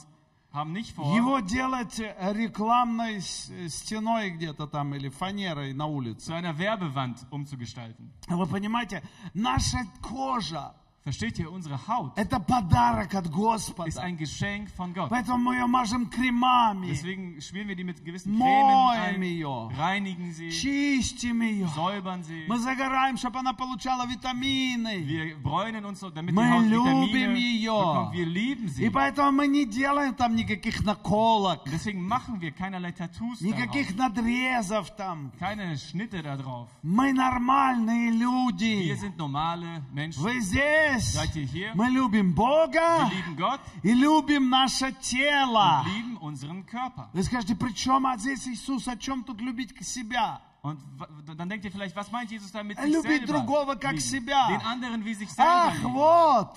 B: haben nicht vor,
A: его делать э, рекламной с- э, стеной где-то там или фанерой на улице.
B: zu einer Werbewand umzugestalten.
A: Вы понимаете, наша кожа
B: Versteht ihr, unsere Haut
A: это подарок от
B: ist
A: Господа.
B: ein Geschenk von Gott.
A: Поэтому мы ее мажем кремами,
B: Deswegen schmieren wir die mit gewissen
A: Moin,
B: Cremen
A: Mio.
B: ein, reinigen sie,
A: чистим ее.
B: säubern sie.
A: Мы загораем, чтобы она получала витамины.
B: Wir bräunen uns, so, damit die
A: Мы
B: Haut
A: любим
B: Vitamine
A: ее.
B: bekommt. Wir lieben
A: И
B: sie.
A: поэтому мы не делаем там никаких наколок,
B: Deswegen machen wir keinerlei Tattoos
A: никаких
B: darauf,
A: надрезов там.
B: keine Schnitte da drauf.
A: Мы нормальные
B: Wir
A: люди.
B: sind normale Menschen.
A: Вы здесь.
B: Seid ihr hier?
A: Мы любим Бога
B: Wir lieben Gott
A: и любим наше тело.
B: und lieben unseren Körper.
A: Вы скажете, при чем а здесь Иисус? О чем тут любить к себя?
B: Und wa- dann denkt ihr vielleicht, was meint Jesus damit
A: Er
B: sich
A: liebt
B: selber?
A: другого, как
B: lieben?
A: себя.
B: Den anderen wie sich selber.
A: Ах,
B: lieben.
A: вот!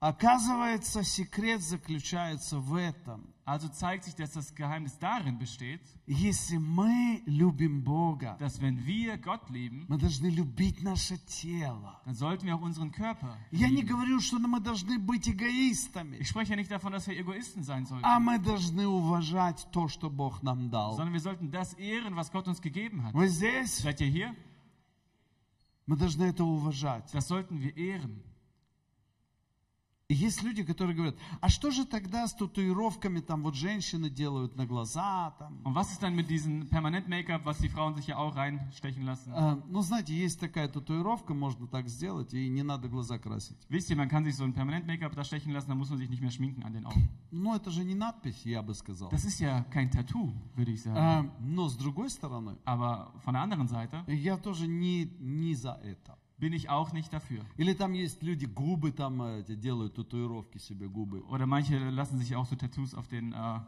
A: Оказывается, секрет заключается в этом.
B: Also zeigt sich, dass das Geheimnis darin besteht,
A: Если мы любим Бога,
B: dass wenn wir Gott lieben,
A: мы должны любить наше тело.
B: dann sollten wir auch unseren Körper.
A: Я не говорю, что мы должны быть эгоистами,
B: Ich spreche ja nicht davon, dass wir Egoisten sein sollten,
A: а мы должны уважать то, что Бог нам дал.
B: sondern wir sollten das ehren, was Gott uns gegeben hat.
A: Вы здесь?
B: Seid ihr hier?
A: Мы должны это уважать.
B: Das sollten wir ehren.
A: И есть люди, которые говорят, а что же тогда с татуировками, там вот женщины делают на глаза, там.
B: Und was ist dann mit diesem Permanent-Make-up, was die Frauen sich ja auch reinstechen lassen?
A: Э, ну, знаете, есть такая татуировка, можно так сделать, и не надо глаза красить.
B: Wisst ihr, man kann sich so ein Permanent-Make-up da stechen lassen, dann muss man sich nicht mehr schminken an den Augen.
A: Но Ну, это же не надпись, я бы сказал.
B: Das ist ja kein Tattoo, würde ich sagen.
A: Э, но с другой стороны,
B: Aber von der anderen Seite
A: я тоже не, не за это.
B: bin ich auch nicht dafür.
A: Или там есть люди, губы там э, эти делают, татуировки себе губы.
B: Oder manche lassen sich auch so Tattoos auf den äh,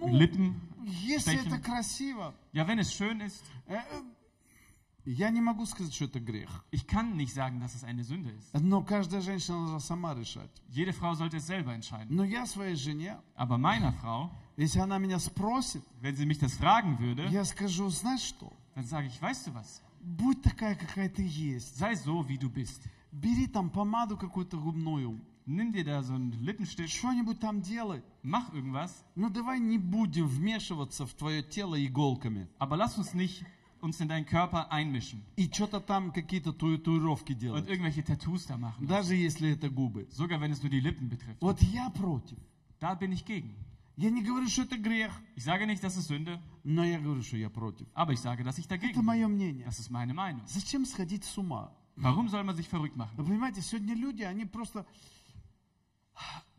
B: Lippen.
A: Если
B: Stechen.
A: это красиво,
B: Ja, wenn es schön ist,
A: э, э, я не могу сказать, что это грех.
B: ich kann nicht sagen, dass es eine Sünde ist.
A: Но каждая женщина должна сама решать.
B: Jede Frau sollte es selber entscheiden.
A: Но я своей жене,
B: Aber meiner Frau,
A: если она меня спросит,
B: wenn sie mich das fragen würde,
A: я скажу, знаешь что,
B: dann sage ich, weißt du was?
A: будь такая, какая ты есть.
B: Sei so, wie du bist.
A: Бери там помаду какую-то губную,
B: Nimm dir da so einen Lippenstift,
A: что-нибудь там делай.
B: mach irgendwas,
A: Но давай не будем вмешиваться в твое тело иголками.
B: aber lass uns nicht uns in deinen Körper einmischen
A: И что-то там какие-то татуировки
B: und
A: делать.
B: irgendwelche Tattoos da machen.
A: Даже если это губы.
B: Sogar wenn es nur die Lippen betrifft.
A: Вот я против.
B: Da bin ich gegen.
A: Я не говорю, что это грех,
B: Ich sage nicht, das ist Sünde,
A: но я говорю, что я против.
B: aber ich sage, dass ich
A: Это
B: dagegen bin.
A: мое мнение.
B: Das ist meine Meinung.
A: Зачем сходить с ума?
B: Warum soll man sich verrückt machen?
A: Вы понимаете, сегодня люди, они просто...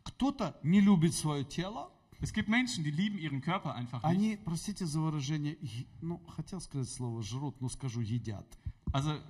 A: Кто-то не любит свое тело,
B: Es gibt Menschen, die lieben ihren Körper einfach nicht.
A: они, простите за выражение, е- ну, хотел сказать слово «жрут», но скажу «едят».
B: Also,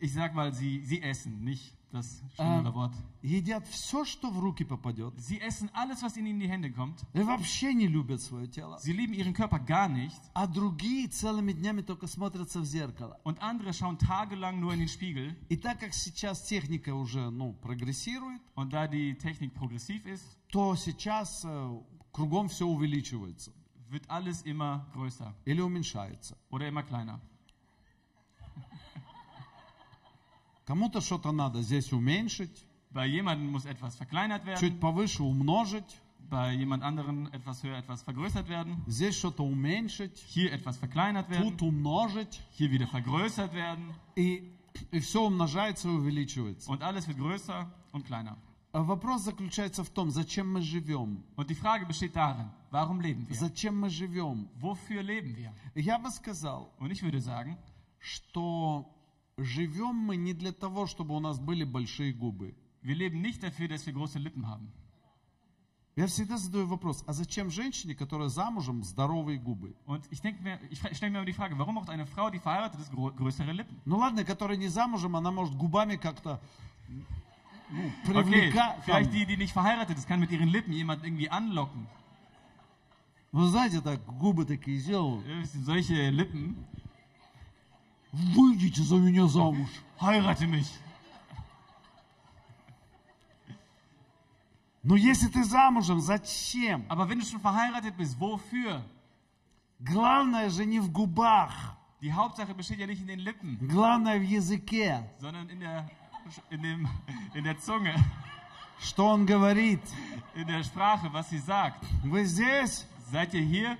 B: ich sag mal, sie, sie essen, nicht das
A: Ähm.
B: schlimmere Wort.
A: Едят все, что в руки попадет.
B: Sie essen alles, was ihnen in die Hände kommt.
A: И вообще не любят свое тело.
B: Sie lieben ihren Körper gar nicht.
A: А другие целыми днями только смотрятся в зеркало.
B: Und andere schauen tagelang nur in den Spiegel.
A: И так как сейчас техника уже, ну, прогрессирует,
B: Und da die Technik progressiv ist,
A: то сейчас э, кругом все увеличивается
B: wird alles immer größer
A: или уменьшается.
B: oder immer kleiner.
A: Кому-то что-то надо здесь уменьшить,
B: Bei jemandem muss etwas verkleinert werden,
A: чуть повыше умножить,
B: bei jemand anderen etwas höher etwas vergrößert werden,
A: здесь что-то уменьшить,
B: hier etwas verkleinert werden,
A: тут умножить,
B: hier wieder vergrößert werden
A: и, и все умножается и увеличивается.
B: und alles wird größer und kleiner.
A: А Вопрос заключается в том, зачем мы живем,
B: Und die Frage besteht darin, warum leben wir?
A: зачем мы живем.
B: Wofür leben wir?
A: Я бы сказал,
B: Und ich würde sagen,
A: что живем мы не для того, чтобы у нас были большие губы.
B: wir leben nicht dafür, dass wir große Lippen haben.
A: Я всегда задаю вопрос, а зачем женщине, которая замужем, здоровые губы?
B: Und ich denke mir, ich stelle mir immer die Frage, warum braucht eine Frau, die verheiratet ist, gro- größere Lippen?
A: Ну ладно, которая не замужем, она может губами как-то ну,
B: Okay,
A: привлекать.
B: vielleicht die, die nicht verheiratet ist, kann mit ihren Lippen jemand irgendwie anlocken.
A: Вы знаете, так губы такие сделают.
B: Äh, Solche Lippen.
A: Выйдите за меня замуж.
B: Heirate mich.
A: Но если ты замужем, зачем?
B: Aber wenn du schon verheiratet bist, wofür?
A: Главное же не в губах,
B: Die Hauptsache besteht ja nicht in den Lippen,
A: главное в языке.
B: sondern in der, in dem, in der Zunge,
A: Что он говорит?
B: in der Sprache, was sie sagt.
A: Вы здесь?
B: Seid ihr hier?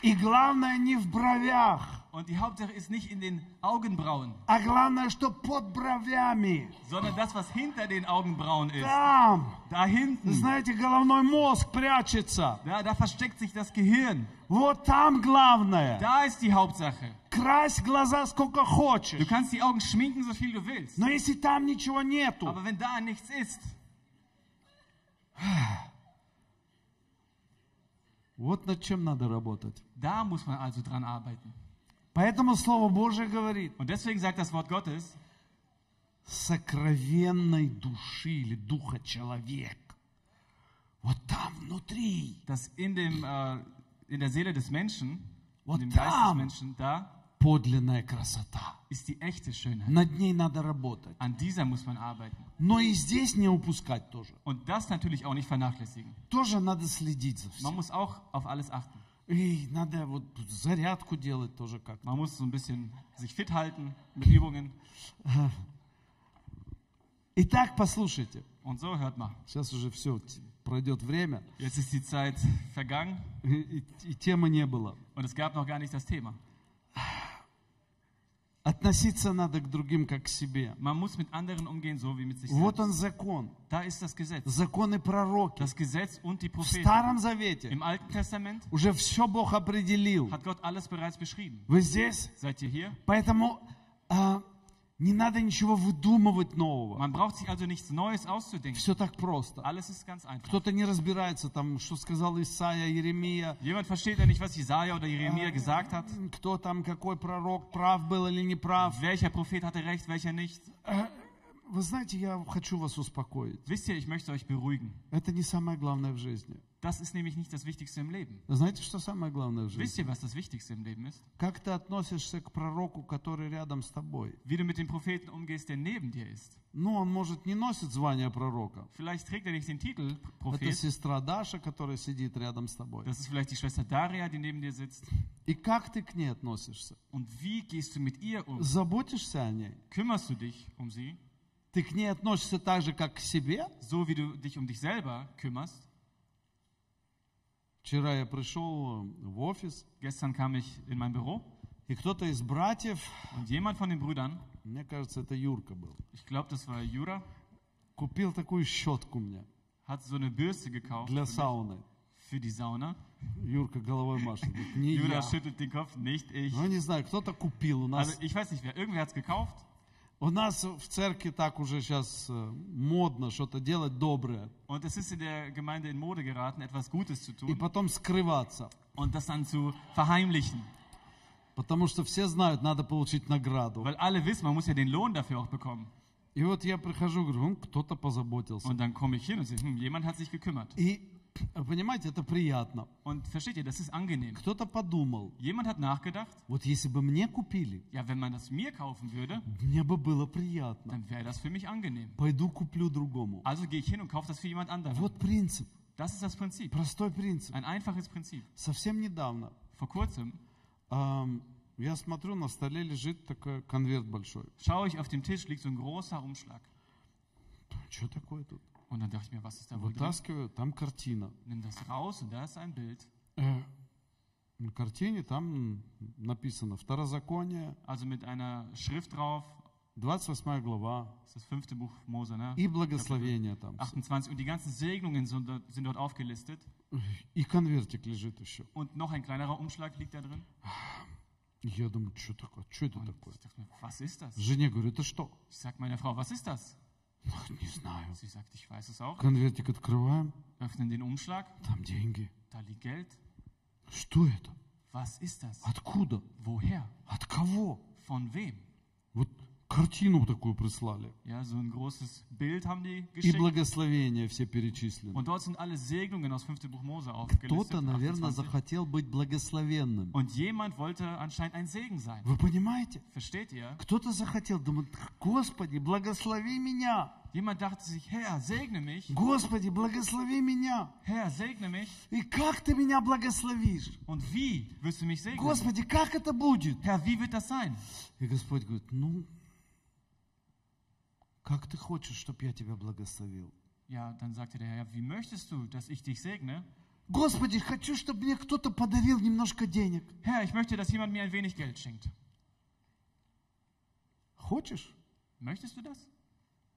A: И главное не в бровях,
B: Und die Hauptsache ist nicht in den Augenbrauen,
A: а главное, что под бровями.
B: sondern das, was hinter den Augenbrauen ist.
A: Там,
B: Da hinten.
A: знаете, головной mozg прячется.
B: Da, da versteckt sich das Gehirn.
A: Вот там главное.
B: Da ist die Hauptsache.
A: Крась глаза сколько
B: Du
A: хочешь.
B: kannst die Augen schminken, so viel du willst.
A: Но если там ничего нету,
B: Aber wenn da nichts ist,
A: вот над чем надо работать.
B: da muss man also dran arbeiten.
A: Поэтому Слово Божье говорит,
B: Und deswegen sagt das Wort Gottes,
A: сокровенной души или духа человек. Вот там внутри.
B: dass in, dem, äh, in der Seele des Menschen
A: Вот
B: Und im Geist des
A: там
B: Menschen, da
A: подлинная красота.
B: ist die echte Schönheit.
A: Над ней надо работать.
B: An dieser muss man arbeiten.
A: Но и здесь не упускать тоже.
B: Und das natürlich auch nicht vernachlässigen.
A: Тоже надо следить за
B: Man
A: всем.
B: muss auch auf alles achten.
A: И надо вот зарядку делать тоже как.
B: Man muss so ein bisschen sich fit halten mit Übungen.
A: Итак, послушайте.
B: Und so hört man.
A: Сейчас уже все, пройдет время.
B: Jetzt ist die Zeit vergangen
A: И, и темы не было.
B: und es gab noch gar nicht das Thema.
A: Относиться надо к другим как к себе.
B: Man muss mit anderen umgehen, so wie mit sich
A: Вот
B: selbst.
A: он закон.
B: Da ist das Gesetz.
A: Законы пророки.
B: Das Gesetz und die
A: В
B: Propheten.
A: Старом Завете
B: Im Alten Testament
A: уже все Бог определил.
B: hat Gott alles bereits beschrieben.
A: Вы здесь?
B: Seid ihr hier?
A: Поэтому а, не надо ничего выдумывать нового.
B: Man braucht sich also nichts Neues auszudenken.
A: Все так просто.
B: Alles ist ganz einfach.
A: Кто-то не разбирается там, что сказал Исаия, Еремия,
B: Jemand versteht ja nicht, was Jesaja oder Jeremia gesagt hat.
A: кто там, какой пророк, прав был или не прав.
B: Welcher Prophet hatte recht, welcher nicht.
A: Вы знаете, я хочу вас успокоить.
B: Wisst ihr, ich möchte euch beruhigen.
A: Это не самое главное в жизни.
B: Das ist nämlich nicht das Wichtigste im Leben.
A: Знаете, что самое главное в жизни?
B: Wisst ihr, was das Wichtigste im Leben ist?
A: Как ты относишься к пророку, который рядом с тобой?
B: Wie du mit dem Propheten umgehst, der neben dir ist.
A: Ну, он, может, не носит звание пророка.
B: Vielleicht trägt er nicht den Titel
A: Это
B: Prophet.
A: сестра Даша, которая сидит рядом с тобой.
B: Das ist vielleicht die Schwester Daria, die neben dir sitzt.
A: И как ты к ней относишься?
B: Und wie gehst du mit ihr um?
A: Заботишься о ней?
B: Kümmerst du dich um sie,
A: Ты к ней относишься так же, как к себе?
B: so wie du dich um dich selber kümmerst?
A: Вчера я пришел э, в офис,
B: Gestern kam ich in mein Büro
A: и кто-то из братьев,
B: und jemand von den Brüdern,
A: мне кажется, это Юрка был,
B: ich glaube, das war Jura,
A: купил такую щетку мне
B: hat so eine Bürste gekauft
A: для
B: für, mich,
A: сауны.
B: für die Sauna.
A: Юрка головой машет. Говорит, Не
B: Jura
A: я.
B: schüttelt den Kopf, nicht ich.
A: Ну, не знаю, кто-то купил. У
B: Also
A: нас,
B: ich weiß nicht wer, irgendwer hat es gekauft.
A: у нас в церкви так уже сейчас модно что-то делать доброе.
B: Und es ist in der Gemeinde in Mode geraten, etwas Gutes zu
A: И
B: tun
A: потом скрываться.
B: und das dann zu verheimlichen.
A: Потому что все знают, надо получить награду.
B: Weil alle wissen, man muss ja den Lohn dafür auch bekommen.
A: И вот я прихожу, говорю, «М, кто-то позаботился.
B: Und dann komme ich hin und sehe, hm, jemand hat sich gekümmert.
A: И, понимаете, это приятно.
B: Und versteht ihr, das ist angenehm.
A: Кто-то подумал,
B: Jemand hat nachgedacht,
A: вот если бы мне купили,
B: ja, wenn man das mir kaufen würde,
A: мне бы было приятно.
B: dann wäre das für mich angenehm.
A: Пойду куплю другому.
B: Also gehe ich hin und kaufe das für jemand anderen.
A: Вот принцип,
B: Das ist das Prinzip.
A: простой принцип.
B: Ein einfaches Prinzip.
A: Совсем недавно
B: Vor kurzem
A: ам, я смотрю, на столе лежит такой конверт большой.
B: schaue ich auf dem Tisch, liegt so ein großer Umschlag.
A: Что такое тут?
B: Und dann dachte ich mir, was ist da wohl drin?
A: Вытаскиваю, там картина.
B: Nimm das raus und da ist ein Bild.
A: Э, На картине там написано Второзаконие,
B: Also mit einer Schrift drauf.
A: 28 глава
B: Das ist das fünfte Buch Mose, ne?
A: и благословение там.
B: 28. Und die ganzen Segnungen sind dort, sind dort aufgelistet.
A: И конвертик лежит еще.
B: Und noch ein kleinerer Umschlag liegt da drin.
A: И Я думаю, что такое? Что это
B: Und
A: такое?
B: ich dachte mir, was ist das?
A: Жене говорю, это что? «Ну,
B: Ich sag meiner Frau, was ist das?
A: Не знаю.
B: Sie sagt, ich weiß es auch.
A: Конвертик открываем,
B: Öffnen den Umschlag,
A: там деньги.
B: da liegt Geld.
A: Что это?
B: Was ist das?
A: Откуда?
B: Woher?
A: От кого?
B: Von wem?
A: Вот картину такую прислали.
B: Ja, so ein großes Bild haben die
A: И
B: geschickt.
A: благословения все перечислены.
B: Und dort sind alle Segnungen aus 5. Buch Mose
A: Кто-то,
B: aufgelistet.
A: наверное,
B: 28.
A: захотел быть благословенным.
B: Und jemand wollte anscheinend ein Segen sein.
A: Вы понимаете?
B: Versteht ihr?
A: Кто-то захотел, думает, Господи, благослови меня.
B: Jemand dachte sich, Herr, segne mich.
A: Господи, благослови меня.
B: Herr, segne mich.
A: И как ты меня благословишь?
B: Und wie wirst du mich segnen?
A: Господи, как это будет?
B: Herr, wie wird das sein?
A: И Господь говорит, ну, как ты хочешь, чтобы я тебя благословил?
B: Ja, dann sagte der Herr, ja, wie möchtest du, dass ich dich segne?
A: Господи, хочу, чтобы мне кто-то подарил немножко денег.
B: Herr, ich möchte, dass jemand mir ein wenig Geld schenkt.
A: Хочешь?
B: Möchtest du das?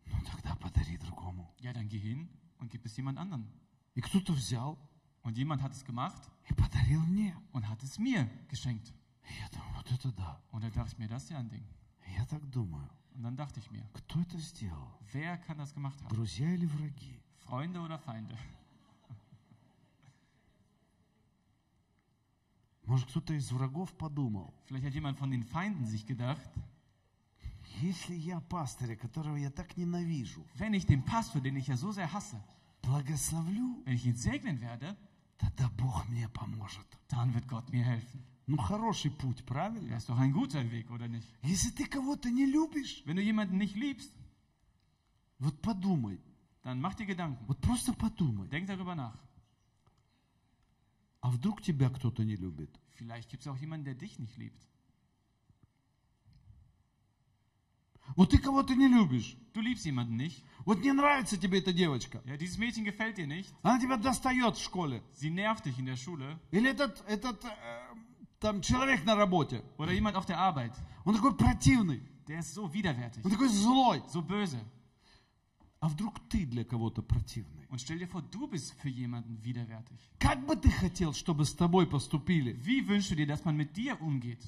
A: Ну тогда подари другому.
B: Ja, dann geh hin und gib es jemand anderen.
A: И кто-то взял
B: Und jemand hat es gemacht
A: и подарил мне.
B: und hat es mir geschenkt.
A: И я думаю, вот это да.
B: Und da dachte ich mir, das ist ja ein Ding.
A: И Я так думаю,
B: Und dann dachte ich mir,
A: кто это сделал?
B: wer kann das gemacht haben?
A: Друзья или враги?
B: Freunde oder Feinde?
A: Может, кто-то из врагов подумал,
B: Vielleicht hat jemand von den Feinden sich gedacht,
A: если я пастыря, которого я так ненавижу,
B: wenn ich den Pastor, den ich ja so sehr hasse,
A: благословлю,
B: wenn ich ihn segnen werde,
A: тогда Бог мне поможет.
B: dann wird Gott mir helfen.
A: Ну, хороший путь, правильно?
B: Das ist doch ein guter Weg, oder nicht?
A: Если ты кого-то не любишь,
B: Wenn du jemanden nicht liebst,
A: вот подумай,
B: dann mach dir Gedanken.
A: вот просто подумай.
B: Denk darüber nach.
A: А вдруг тебя кто-то не любит?
B: Vielleicht gibt es auch jemanden, der dich nicht liebt.
A: Вот ты кого-то не любишь.
B: Du liebst jemanden nicht.
A: Вот не nравится тебе эта девочка.
B: Ja, dieses Mädchen gefällt dir nicht.
A: Она тебя достает в школе.
B: Sie nervt dich in der Schule.
A: Или этот, этот э, там человек на работе.
B: Oder jemand auf der Arbeit.
A: Он такой противный.
B: Der ist so widerwärtig.
A: Он такой злой.
B: So böse.
A: А вдруг ты для кого-то противный?
B: Und stell dir vor, du bist für jemanden widerwärtig.
A: Как бы ты хотел, чтобы с тобой поступили?
B: Wie wünschst du dir, dass man mit dir umgeht?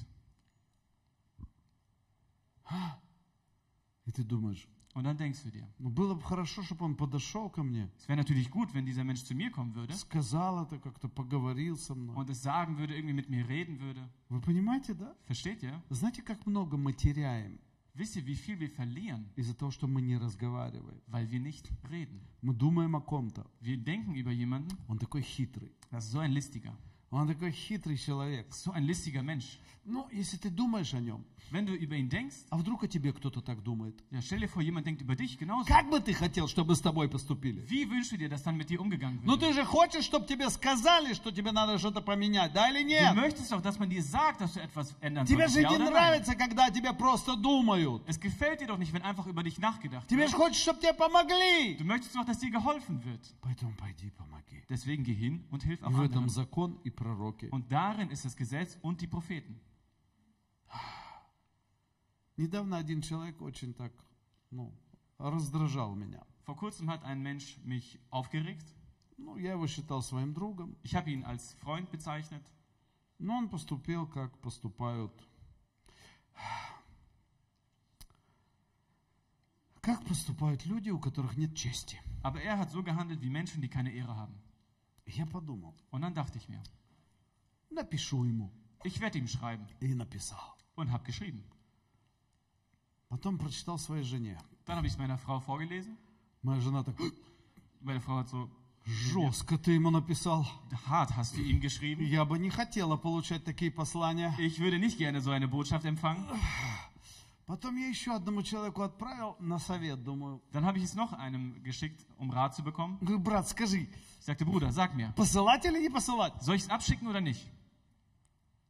A: И ты думаешь,
B: Und dann denkst du dir,
A: ну было бы хорошо, чтобы он подошел ко мне,
B: es wäre natürlich gut, wenn dieser Mensch zu mir kommen würde
A: сказал это как-то, поговорил со мной.
B: und es sagen würde, irgendwie mit mir reden würde.
A: Вы понимаете, да?
B: Versteht ihr?
A: Знаете, как много мы теряем
B: Wisst ihr, wie viel wir verlieren,
A: из-за того, что мы не разговариваем?
B: weil wir nicht reden?
A: Мы думаем о ком-то.
B: Wir denken über jemanden,
A: Он такой хитрый.
B: das ist so ein listiger,
A: Он такой хитрый человек.
B: so ein listiger Mensch.
A: Ну, если ты думаешь о нем,
B: Wenn du über ihn denkst,
A: а вдруг о тебе кто-то так думает?
B: ja, stell dir vor, jemand denkt über dich genauso.
A: Как бы ты хотел, чтобы с тобой поступили?
B: Wie wünschst du dir, dass dann mit dir umgegangen
A: Ну
B: wird?
A: ты же хочешь, чтобы тебе сказали, что тебе надо что-то поменять, да или
B: Du
A: нет?
B: möchtest doch, dass man dir sagt, dass du etwas ändern
A: Тебе
B: sollst.
A: же
B: Ja
A: не
B: oder nein?
A: нравится, когда о тебе просто думают.
B: Es gefällt dir doch nicht, wenn einfach über dich nachgedacht
A: Тебе же
B: wird.
A: хочешь, чтобы тебе помогли.
B: Du möchtest doch, dass dir geholfen wird.
A: Поэтому пойди помоги.
B: Deswegen geh hin und hilf
A: И в
B: auch
A: этом
B: anderen.
A: закон и пророки.
B: Und darin ist das Gesetz und die Propheten.
A: Недавно один человек очень так, ну, раздражал меня.
B: Vor kurzem hat ein Mensch mich aufgeregt.
A: Ну, я его считал своим другом,
B: Ich habe ihn als Freund bezeichnet.
A: но он поступил, как поступают... Как поступают люди, у которых нет чести?
B: Aber er hat so gehandelt wie Menschen, die keine Ehre haben.
A: И Я подумал,
B: Und dann dachte ich mir,
A: напишу ему.
B: ich werde ihm schreiben.
A: И написал.
B: Und habe geschrieben.
A: Потом prочитал своей жене.
B: Dann habe ich es meiner Frau vorgelesen.
A: Моя жена так,
B: Meine Frau hat so,
A: жестко ты ему написал.
B: hart hast du ihm geschrieben.
A: Я бы не хотела получать такие послания.
B: Ich würde nicht gerne so eine Botschaft empfangen.
A: Потом я еще одному человеку отправил на совет, думаю.
B: Dann habe ich es noch einem geschickt, um Rat zu bekommen.
A: Говорю, брат, скажи,
B: Ich sagte, Bruder, sag mir,
A: посылать или не посылать?
B: soll ich es abschicken oder nicht?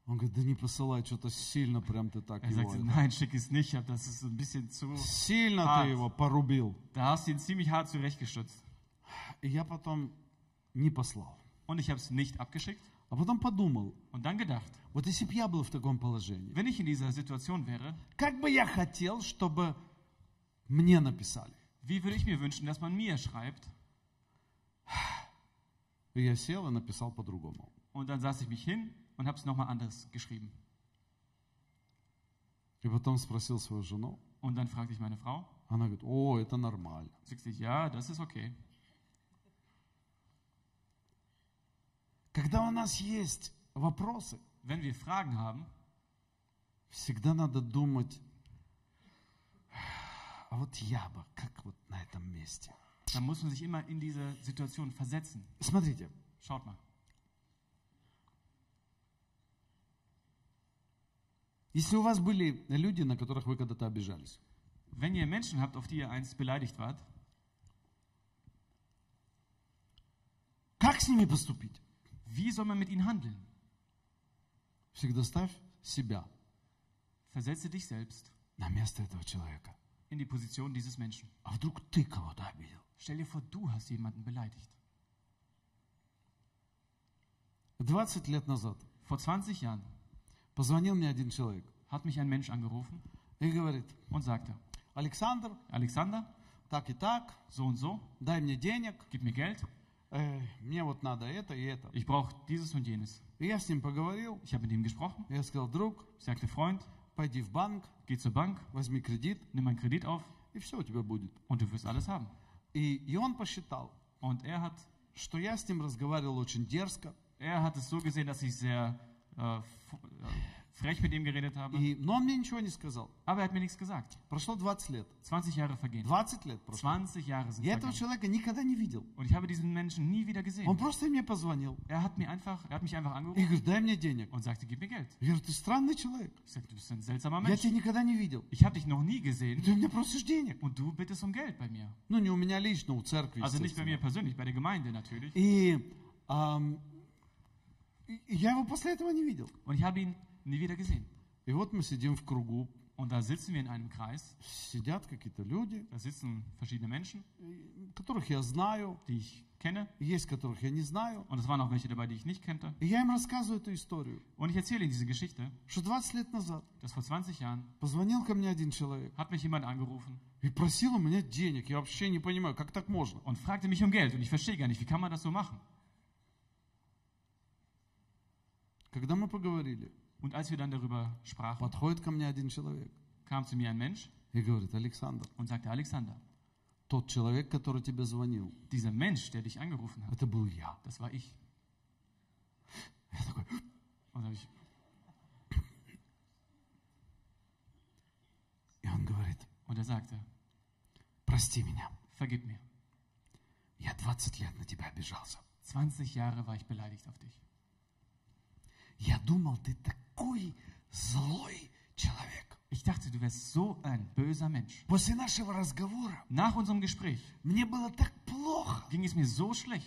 A: Он говорит, да не посылай, что-то сильно прям ты так
B: Er
A: его.
B: sagte, nein, schick es nicht. Ich hab- Das ist ein bisschen zu...
A: Сильно
B: А.
A: ты его порубил.
B: Da hast du ihn ziemlich hart zurechtgestutzt.
A: И я потом не послал.
B: Und ich habe es nicht abgeschickt.
A: А потом подумал,
B: Und dann gedacht,
A: вот если бы я был в таком положении,
B: wenn ich in dieser Situation wäre,
A: как бы я хотел, чтобы мне написали?
B: wie würde ich mir wünschen, dass man mir schreibt?
A: И я сел и написал по-другому.
B: Und dann saß ich mich hin und habe es nochmal anders geschrieben.
A: И потом спросил свою жену.
B: Und dann fragte ich meine Frau.
A: Она говорит, о, это нормально.
B: Sie sagte, ja, das ist okay.
A: Когда у нас есть вопросы,
B: Wenn wir Fragen haben,
A: всегда надо думать, а вот я бы, как вот на этом месте.
B: dann muss man sich immer in diese Situation versetzen.
A: Смотрите,
B: Schaut mal.
A: если у вас были люди, на которых вы когда-то обижались,
B: Wenn ihr Menschen habt, auf die ihr einst beleidigt wart,
A: как с ними поступить?
B: wie soll man mit ihnen handeln?
A: Всегда ставь себя
B: Versetze dich selbst
A: на место этого человека.
B: in die Position dieses Menschen.
A: А вдруг ты кого-то обидел?
B: Stell dir vor, du hast jemanden beleidigt.
A: 20 лет назад
B: Vor 20 Jahren
A: позвонил мне один человек
B: hat mich ein Mensch angerufen
A: и говорит,
B: und sagte,
A: Александр,
B: Alexander,
A: так и так,
B: so und so,
A: дай мне денег,
B: gib mir Geld,
A: э, мне вот надо это и это.
B: ich brauche dieses und jenes.
A: И я с ним поговорил,
B: Ich habe mit ihm gesprochen,
A: я сказал, друг,
B: ich sagte, Freund,
A: пойди в банк,
B: geh zur Bank,
A: возьми кредит,
B: nimm einen Kredit auf
A: и все у тебя будет.
B: und du wirst alles haben.
A: И, и он посчитал,
B: Und er hat,
A: что я с ним разговаривал очень дерзко,
B: er hat es so gesehen, dass ich sehr äh, fu- äh, frech mit ihm geredet habe.
A: И, но он мне ничего не сказал.
B: Aber er hat mir nichts gesagt.
A: Прошло 20 лет.
B: 20 Jahre vergehen.
A: 20 лет прошло.
B: 20 Jahre sind
A: Я этого
B: vergangen.
A: человека никогда не видел.
B: Und ich habe diesen Menschen nie wieder
A: Он
B: gesehen.
A: просто мне позвонил
B: Er hat, mir einfach, er hat mich einfach
A: и
B: angerufen
A: говорит, дай мне денег.
B: und sagte, gib mir Geld.
A: Я говорю, ты странный человек.
B: Ich sagte, du bist ein seltsamer
A: Я
B: Mensch.
A: тебя никогда не видел.
B: Ich habe dich noch nie
A: И
B: gesehen
A: ты у меня просишь денег.
B: und du bittest um Geld bei mir.
A: Ну, не у меня лично, у церкви.
B: Also nicht bei
A: естественно.
B: mir persönlich, bei der Gemeinde natürlich.
A: И ам, и- и я его после этого не видел.
B: Und ich habe ihn nie wieder gesehen.
A: И вот мы сидим в кругу,
B: Und da sitzen wir in einem Kreis.
A: сидят какие-то люди,
B: Da sitzen verschiedene Menschen,
A: и- которых я знаю,
B: die ich kenne.
A: есть которых я не знаю.
B: Und es waren auch welche dabei, die ich nicht kannte.
A: И я им рассказываю эту историю,
B: Und ich erzähle ihnen diese Geschichte,
A: что 20 лет назад
B: dass vor 20 Jahren
A: позвонил ко мне один человек
B: hat mich jemand angerufen
A: и просил у меня денег. Я вообще не понимаю, как так можно.
B: und fragte mich um Geld. Und ich verstehe gar nicht, wie kann man das so machen?
A: Когда мы поговорили,
B: Und als wir dann darüber sprachen,
A: подходит ко мне один человек
B: kam zu mir ein Mensch
A: и говорит, Александр,
B: und sagte, Alexander,
A: тот человек, который тебе звонил,
B: dieser Mensch, der dich angerufen hat,
A: это был я.
B: das war ich.
A: Я такой,
B: Und da habe ich,
A: и он говорит,
B: und er sagte,
A: прости меня,
B: vergib mir.
A: я 20 лет на тебя обижался.
B: 20 Jahre war ich beleidigt auf dich.
A: Я думал, ты такой злой человек.
B: Ich dachte, du wärst so ein böser Mensch.
A: После нашего разговора
B: Nach unserem Gespräch
A: мне было так плохо,
B: ging es mir so schlecht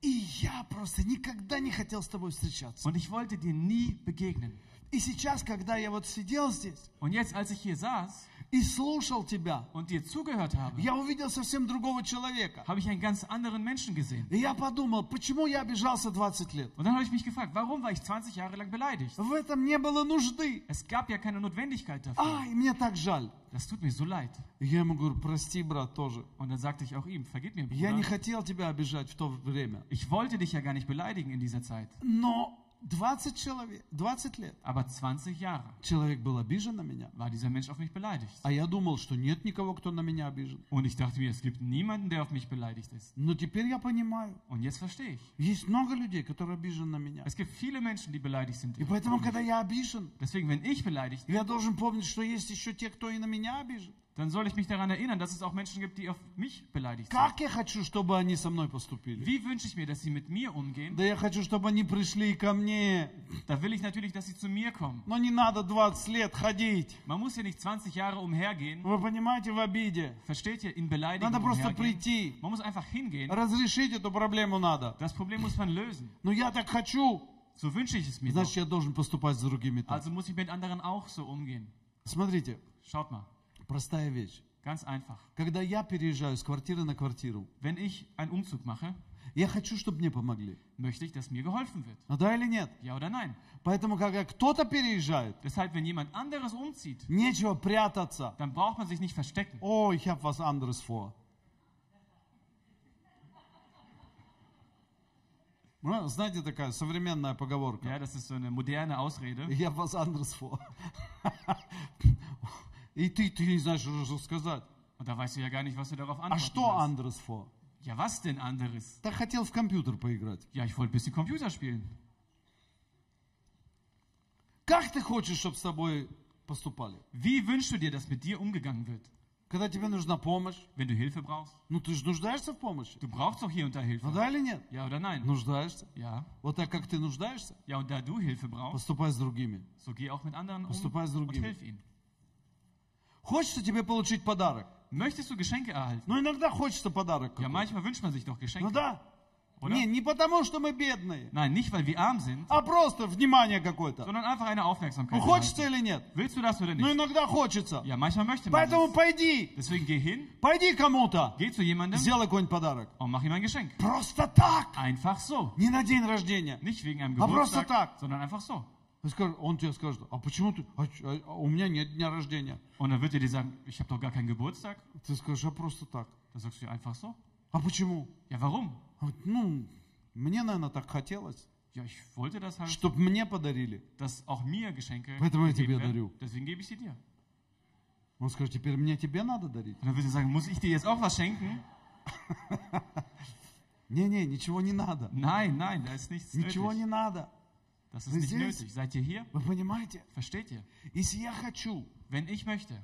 A: и я просто никогда не хотел с тобой встречаться.
B: und ich wollte dir nie begegnen.
A: И сейчас, когда я вот сидел здесь
B: Und jetzt, als ich hier saß
A: и slушал тебя,
B: und dir zugehört habe,
A: я увидел совсем другого человека.
B: habe ich einen ganz anderen Menschen gesehen.
A: И я подумал, почему я обижался 20 лет?
B: Und dann habe ich mich gefragt, warum war ich 20 Jahre lang beleidigt?
A: В этом не было нужды.
B: Es gab ja keine Notwendigkeit dafür.
A: Ай, мне так жаль.
B: Das tut mir so leid.
A: И я ему говорю, прости, брат, тоже.
B: Und dann sagte ich auch ihm, vergib mir,
A: Я не
B: Bruder.
A: хотел тебя обижать в то время.
B: Ich wollte dich ja gar nicht beleidigen in dieser Zeit.
A: Но 20 человек, 20 лет
B: Aber 20 Jahre
A: человек был обижен на меня.
B: war dieser Mensch auf mich beleidigt.
A: А я думал, что нет никого, кто на меня обижен.
B: Und ich dachte mir, es gibt niemanden, der auf mich beleidigt ist.
A: Но теперь я понимаю,
B: Und jetzt verstehe ich.
A: есть много людей, которые обижены на меня.
B: Es gibt viele Menschen, die beleidigt sind.
A: И поэтому, когда я обижен,
B: Deswegen, wenn ich beleidigt bin,
A: я должен помнить, что есть еще те, кто и на меня обижен.
B: dann soll ich mich daran erinnern, dass es auch Menschen gibt, die auf mich beleidigt sind.
A: Как я хочу, чтобы они со мной поступили?
B: Wie wünsche ich mir, dass sie mit mir umgehen?
A: Да я хочу, чтобы они пришли ко мне.
B: Da will ich natürlich, dass sie zu mir kommen.
A: Но не надо 20 лет ходить.
B: Man muss ja nicht 20 Jahre umhergehen.
A: Вы понимаете, в обиде.
B: Versteht ihr? In Beleidigung
A: Надо просто
B: umhergehen.
A: прийти.
B: Man muss einfach hingehen.
A: Разрешить эту проблему надо.
B: Das Problem muss man lösen.
A: Но я так хочу.
B: So wünsche ich es mir.
A: Значит, я
B: Doch.
A: должен поступать с другими так.
B: Also muss ich mit anderen auch so umgehen.
A: Смотрите,
B: Schaut mal,
A: простая вещь.
B: ganz einfach.
A: Когда я переезжаю с квартиры на квартиру,
B: Wenn ich einen Umzug mache,
A: я хочу, чтобы мне помогли.
B: möchte ich, dass mir geholfen wird.
A: А да или нет?
B: Ja oder nein?
A: Поэтому, когда кто-то переезжает,
B: Deshalb, wenn jemand anderes umzieht,
A: нечего прятаться.
B: dann braucht man sich nicht verstecken.
A: О, Oh, ich habe was anderes vor. Ну, Знаете, такая современная поговорка.
B: Ja, das ist so eine moderne Ausrede.
A: Я was anderes vor. И ты, ты не знаешь, что же сказать.
B: Und da weißt du ja gar nicht, was du darauf
A: А
B: antworten
A: что
B: sollst.
A: anderes vor?
B: Ja, was denn anderes?
A: Так хотел в компьютер поиграть.
B: Ja, ich wollte ein bisschen Computer spielen.
A: Как ты хочешь, чтобы с тобой поступали?
B: Wie wünschst du dir, dass mit dir umgegangen wird?
A: Когда тебе нужна помощь,
B: Wenn du Hilfe brauchst?
A: ну ты же нуждаешься в помощи.
B: Du brauchst doch hier und da
A: Ну
B: Hilfe.
A: да или нет?
B: Ja oder nein?
A: Нуждаешься.
B: Ja.
A: Вот так как ты нуждаешься,
B: Ja, und da du Hilfe brauchst,
A: поступай с другими.
B: so geh auch mit anderen um
A: Поступай с
B: und
A: другими.
B: hilf ihnen.
A: Хочется тебе получить подарок.
B: Möchtest du Geschenke erhalten?
A: Ну иногда хочется подарок.
B: Ja,
A: какой-то.
B: manchmal wünscht man sich doch
A: Ну
B: Geschenke.
A: да.
B: Oder?
A: Не, не потому, что мы бедные,
B: Nein, nicht weil wir arm sind,
A: а просто внимание какое-то.
B: sondern einfach eine Aufmerksamkeit.
A: Ну хочется или нет?
B: erhalten. Willst du das oder
A: Ну
B: nicht?
A: иногда хочется.
B: Ja, manchmal möchte man
A: Поэтому
B: das.
A: пойди,
B: Deswegen geh hin,
A: пойди кому-то,
B: geh zu jemandem
A: сделай какой-нибудь подарок.
B: und mach ihm ein Geschenk.
A: Просто так,
B: Einfach so.
A: не на день рождения.
B: Nicht wegen einem
A: Aber просто
B: Geburtstag,
A: так.
B: sondern einfach so.
A: Он скажет- Он тебе скажет, а почему ты, а ч- а- а у меня нет дня рождения.
B: Und dann wird er dir sagen, ich habe doch gar keinen Geburtstag.
A: Ты скажешь, а просто так.
B: Dann sagst du ja einfach so.
A: А почему?
B: Ja, warum?
A: Он говорит, Ну, мне, наверное, так хотелось,
B: Ja, ich wollte das halt,
A: чтобы мне подарили.
B: dass auch mir Geschenke
A: Поэтому я тебе
B: gegeben
A: дарю.
B: werden. Deswegen gebe ich sie dir.
A: Он скажет, теперь мне тебе надо дарить.
B: Und dann wird er sagen, muss ich dir jetzt auch was schenken?
A: Не-не, ничего не надо.
B: Nein, nein, da ist nichts
A: Ничего
B: nötig.
A: не надо.
B: Das ist
A: Вы
B: nicht
A: здесь?
B: nötig. Seid ihr hier?
A: Вы понимаете?
B: Versteht ihr?
A: Если я хочу,
B: Wenn ich möchte,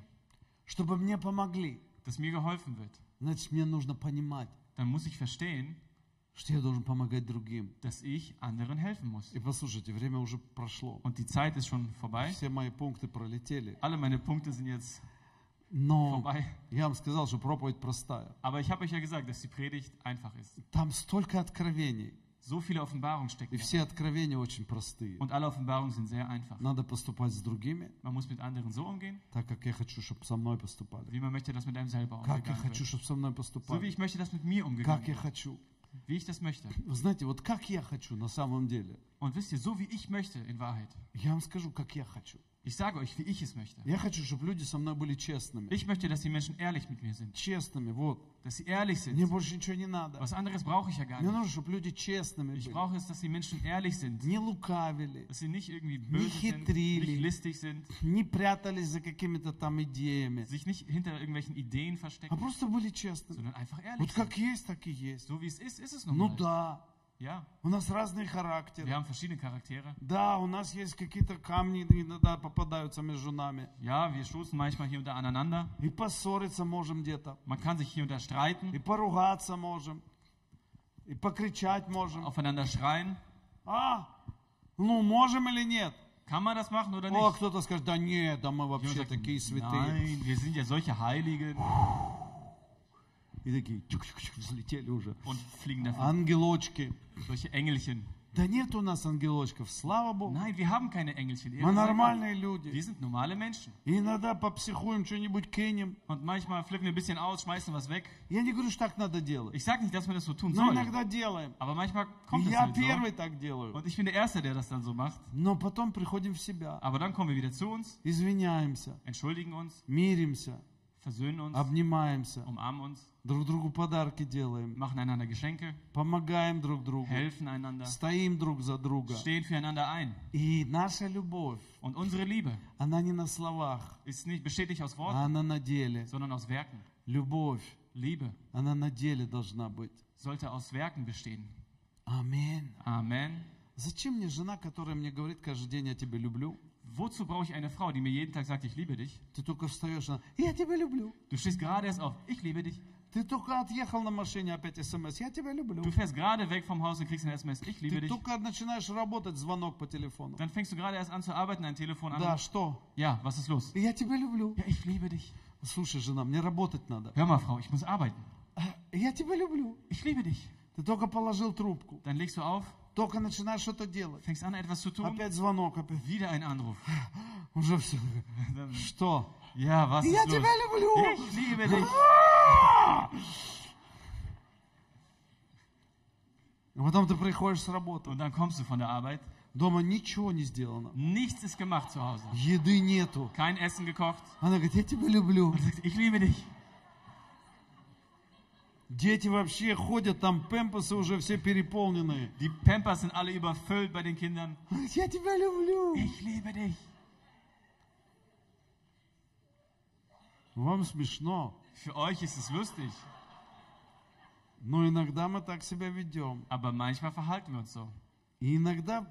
A: чтобы мне помогли,
B: dass mir geholfen wird,
A: значит, мне нужно понимать,
B: dann muss ich verstehen,
A: что я должен помогать другим.
B: dass ich anderen helfen muss.
A: И послушайте, время уже прошло.
B: Und die Zeit ist schon vorbei.
A: Все мои пункты пролетели.
B: Alle meine Punkte sind jetzt
A: Но
B: vorbei.
A: я вам сказал, что проповедь простая.
B: Aber ich habe euch ja gesagt, dass die Predigt einfach ist.
A: Там столько откровений.
B: So viele Offenbarungen stecken.
A: И
B: da.
A: все откровения очень простые.
B: Und alle Offenbarungen sind sehr einfach.
A: Надо поступать с другими,
B: Man muss mit anderen so umgehen,
A: так как я хочу, чтобы со мной поступали.
B: wie man möchte, dass mit einem selber
A: Как я
B: umgegangen
A: хочу,
B: wird.
A: чтобы со мной
B: So wie
A: поступали.
B: ich möchte, dass mit mir umgegangen
A: Как я
B: wird.
A: хочу.
B: Wie ich das möchte.
A: Вы знаете, вот как я хочу на самом деле.
B: Und wisst ihr, so wie ich möchte, in Wahrheit.
A: Я вам скажу, как я хочу.
B: Ich sage euch, wie ich es möchte.
A: Я хочу, чтобы люди со мной были честными.
B: Ich möchte, dass die Menschen ehrlich mit mir sind.
A: Честными, вот.
B: Dass sie ehrlich
A: Мне
B: sind.
A: больше ничего не надо.
B: Was anderes brauche ich ja gar
A: Мне
B: nicht.
A: нужно, чтобы люди честными
B: Ich
A: были.
B: brauche es, dass die Menschen ehrlich sind.
A: Не лукавили,
B: Dass sie nicht irgendwie böse
A: Nicht
B: sind,
A: getrieben.
B: nicht listig sind,
A: не прятались за какими-то там идеями,
B: sich nicht hinter irgendwelchen Ideen
A: а
B: verstecken,
A: просто были честными.
B: sondern einfach
A: Вот
B: ehrlich sind.
A: как есть, так и есть.
B: So wie es ist, ist es nun
A: Ну
B: mal.
A: да,
B: Ja,
A: у нас разные
B: wir
A: характеры.
B: haben verschiedene Charaktere.
A: Да, у нас есть какие-то камни иногда попадаются между нами.
B: Ja, wir stoßen manchmal hier und da aneinander.
A: И поссориться можем где-то,
B: Man kann sich hier und da
A: и
B: streiten,
A: поругаться можем, и покричать можем.
B: aufeinander schreien.
A: А, ну можем или нет?
B: Kann man das machen oder
A: О,
B: nicht?
A: А кто-то скажет, да нет, да мы
B: Jemand
A: вообще
B: sagt,
A: такие святые.
B: nein, wir sind ja solche Heiligen
A: И такие чук-чук-чук взлетели уже.
B: und fliegen davon.
A: Ангелочки.
B: Solche Engelchen.
A: Да нет у нас ангелочков, слава Богу.
B: Nein, wir haben keine Engelchen. Ihr
A: Мы
B: seid-
A: нормальные
B: Wir
A: люди.
B: sind normale Menschen.
A: И иногда попсихуем, что-нибудь кинем.
B: Und manchmal flippen wir ein bisschen aus, schmeißen was weg.
A: Я не говорю, что так надо делать.
B: Ich sage nicht, dass man das so tun
A: Но
B: soll.
A: иногда делаем.
B: Aber manchmal
A: И
B: kommt es
A: я
B: halt so.
A: первый так делаю.
B: Und ich bin der Erste, der das dann so macht.
A: Но потом приходим в себя.
B: Aber dann kommen wir wieder zu uns,
A: Извиняемся,
B: entschuldigen uns,
A: миримся,
B: versöhnen uns,
A: обнимаемся,
B: umarmen uns,
A: друг другу подарки делаем,
B: machen einander Geschenke,
A: помогаем друг другу,
B: helfen einander,
A: стоим друг за друга.
B: stehen füreinander ein.
A: И наша любовь,
B: Und unsere Liebe
A: она не на словах,
B: ist nicht, besteht nicht aus Worten,
A: а она на деле.
B: sondern aus Werken.
A: Любовь,
B: Liebe
A: она на деле должна быть.
B: sollte aus Werken bestehen.
A: Аминь.
B: Amen.
A: Зачем мне жена, которая мне говорит каждый день, я тебя люблю?
B: Wozu brauche ich eine Frau, die mir jeden Tag sagt, ich liebe dich?
A: Ты только встаешь, она, я тебя люблю.
B: Du stehst gerade erst auf, ich liebe dich.
A: Ты только отъехал на машине, опять смс, я тебя люблю.
B: Du fährst gerade weg vom Haus und kriegst eine SMS, ich liebe
A: Ты
B: dich.
A: только начинаешь работать, звонок по телефону.
B: Dann fängst du gerade erst an zu arbeiten, dein Telefon
A: Да,
B: an.
A: что?
B: Ja, was ist los?
A: Я тебя люблю.
B: Ja, ich liebe dich.
A: Слушай, жена, мне работать надо.
B: Hör mal, Frau, ich muss arbeiten.
A: Я тебя люблю.
B: Ich liebe dich.
A: Ты только положил трубку,
B: Dann legst du auf,
A: только начинаешь что-то делать.
B: fängst an, etwas zu tun.
A: Опять звонок, опять.
B: Wieder ein Anruf.
A: Уже все.
B: Dann-
A: Что?
B: Ja, was
A: Я
B: ist
A: тебя
B: los?
A: люблю.
B: Ich liebe dich.
A: А Потом ты приходишь с работы.
B: Und dann kommst du von der Arbeit.
A: Дома ничего не сделано.
B: Nichts ist gemacht zu Hause.
A: Еды нету.
B: Kein Essen gekocht.
A: Она говорит, я тебя люблю.
B: Und sagst, ich liebe dich.
A: Дети вообще ходят, там пемпасы уже все переполненные.
B: Die Pampers sind alle überfüllt bei den Kindern.
A: Она говорит, Я тебя люблю.
B: Ich liebe dich.
A: Вам смешно,
B: Für euch ist es lustig,
A: но иногда мы так себя ведем.
B: aber manchmal verhalten wir uns so.
A: И иногда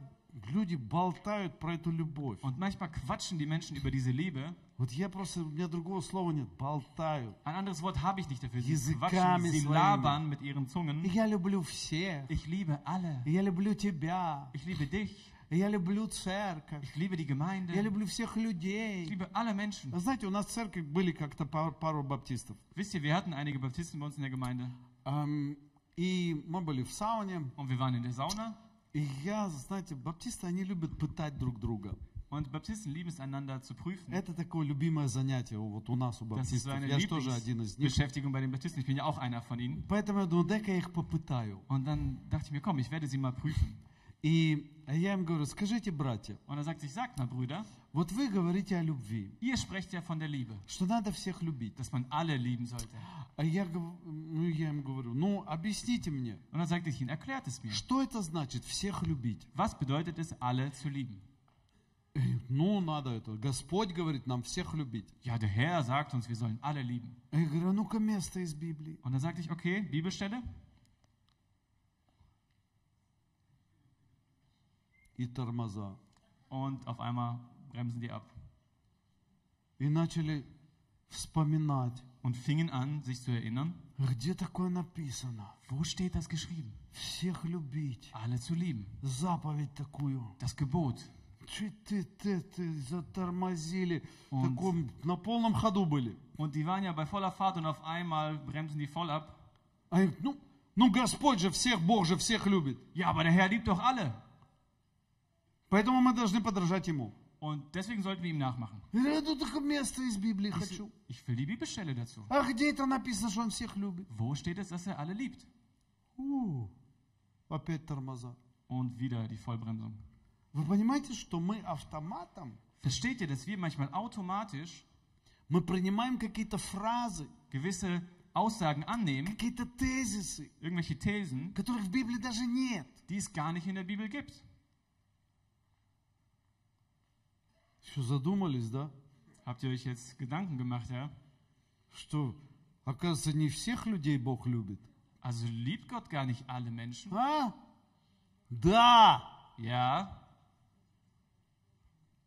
A: люди болтают про эту любовь.
B: Und manchmal quatschen die Menschen über diese Liebe.
A: Вот я просто, у меня другого slova нет, болтают.
B: Ein anderes Wort habe ich nicht dafür. Sie
A: Diese
B: quatschen,
A: Kamis
B: sie
A: wollen
B: labern mit ihren Zungen.
A: Я люблю всех.
B: Ich liebe alle.
A: Я люблю тебя.
B: Ich liebe dich.
A: Я люблю церковь.
B: Ich liebe die Gemeinde.
A: Я люблю всех
B: Ich
A: людей.
B: liebe alle Menschen.
A: Вы Знаете, у нас в церкви были как-то пар- пару, баптистов.
B: Wisst ihr, wir hatten einige Baptisten bei uns in der Gemeinde.
A: Ам, И мы были в сауне.
B: Und wir waren in der Sauna.
A: И я, знаете, баптисты, они любят пытать друг друга.
B: Und Baptisten lieben es, einander zu prüfen.
A: Это такое любимое занятие вот у нас, у
B: Das ist so
A: баптистов.
B: eine
A: Я же тоже один из них.
B: Lieblingsbeschäftigung bei den Baptisten. Ich bin ja auch einer von ihnen.
A: Поэтому я думаю, дай-ка я их попытаю.
B: Und dann dachte ich mir, komm, ich werde sie mal prüfen.
A: И я им говорю, скажите, братья,
B: Und er sagt sich, sagt mal, Brüder,
A: вот вы говорите о любви,
B: ihr sprecht ja von der Liebe,
A: что надо всех любить.
B: dass man alle lieben sollte.
A: А я, гов- ну, я им говорю, ну, объясните мне,
B: Und dann sagte ich ihn, erklärt es mir.
A: что это значит всех любить?
B: Was bedeutet es, alle zu lieben?
A: Ну, надо это. Господь говорит нам всех любить.
B: Ja, der Herr sagt uns, wir sollen alle lieben.
A: А я говорю, «А ну-ка место из Библии.
B: Und dann sagte ich, okay, Bibelstelle.
A: и тормоза.
B: Und auf einmal bremsen die ab
A: И начали вспоминать,
B: und fingen an, sich zu erinnern,
A: где такое написано.
B: wo steht das geschrieben?
A: Всех любить.
B: Alle zu lieben.
A: Заповедь такую.
B: Das Gebot.
A: Чуть ты, ты, ты затормозили.
B: Он-
A: Таком, на полном ходу были.
B: Und die waren ja bei voller Fahrt und auf einmal bremsen die voll ab.
A: Они говорят, ну, ну Господь же всех, Бог же всех любит.
B: Ja, aber der Herr liebt doch alle.
A: Поэтому мы должны подражать Ему.
B: Und deswegen sollten wir ihm nachmachen.
A: Я тут такое место из Библии
B: Ich,
A: хочу.
B: ich will die Bibelstelle dazu.
A: А где это написано, что Он всех любит?
B: Wo steht es, dass er alle liebt?
A: У, опять тормоза.
B: Und wieder die Vollbremsung.
A: Вы понимаете, что мы автоматом,
B: Versteht ihr, dass wir manchmal automatisch
A: мы принимаем какие-то фразы,
B: gewisse Aussagen annehmen,
A: какие-то тезисы,
B: irgendwelche Thesen,
A: которых в Библии даже нет.
B: die es gar nicht in der Bibel gibt?
A: Что, задумались, да?
B: Habt ihr euch jetzt Gedanken gemacht, ja?
A: Что, оказывается, не всех людей Бог любит.
B: Also liebt Gott gar nicht alle Menschen?
A: А? Да!
B: Ja,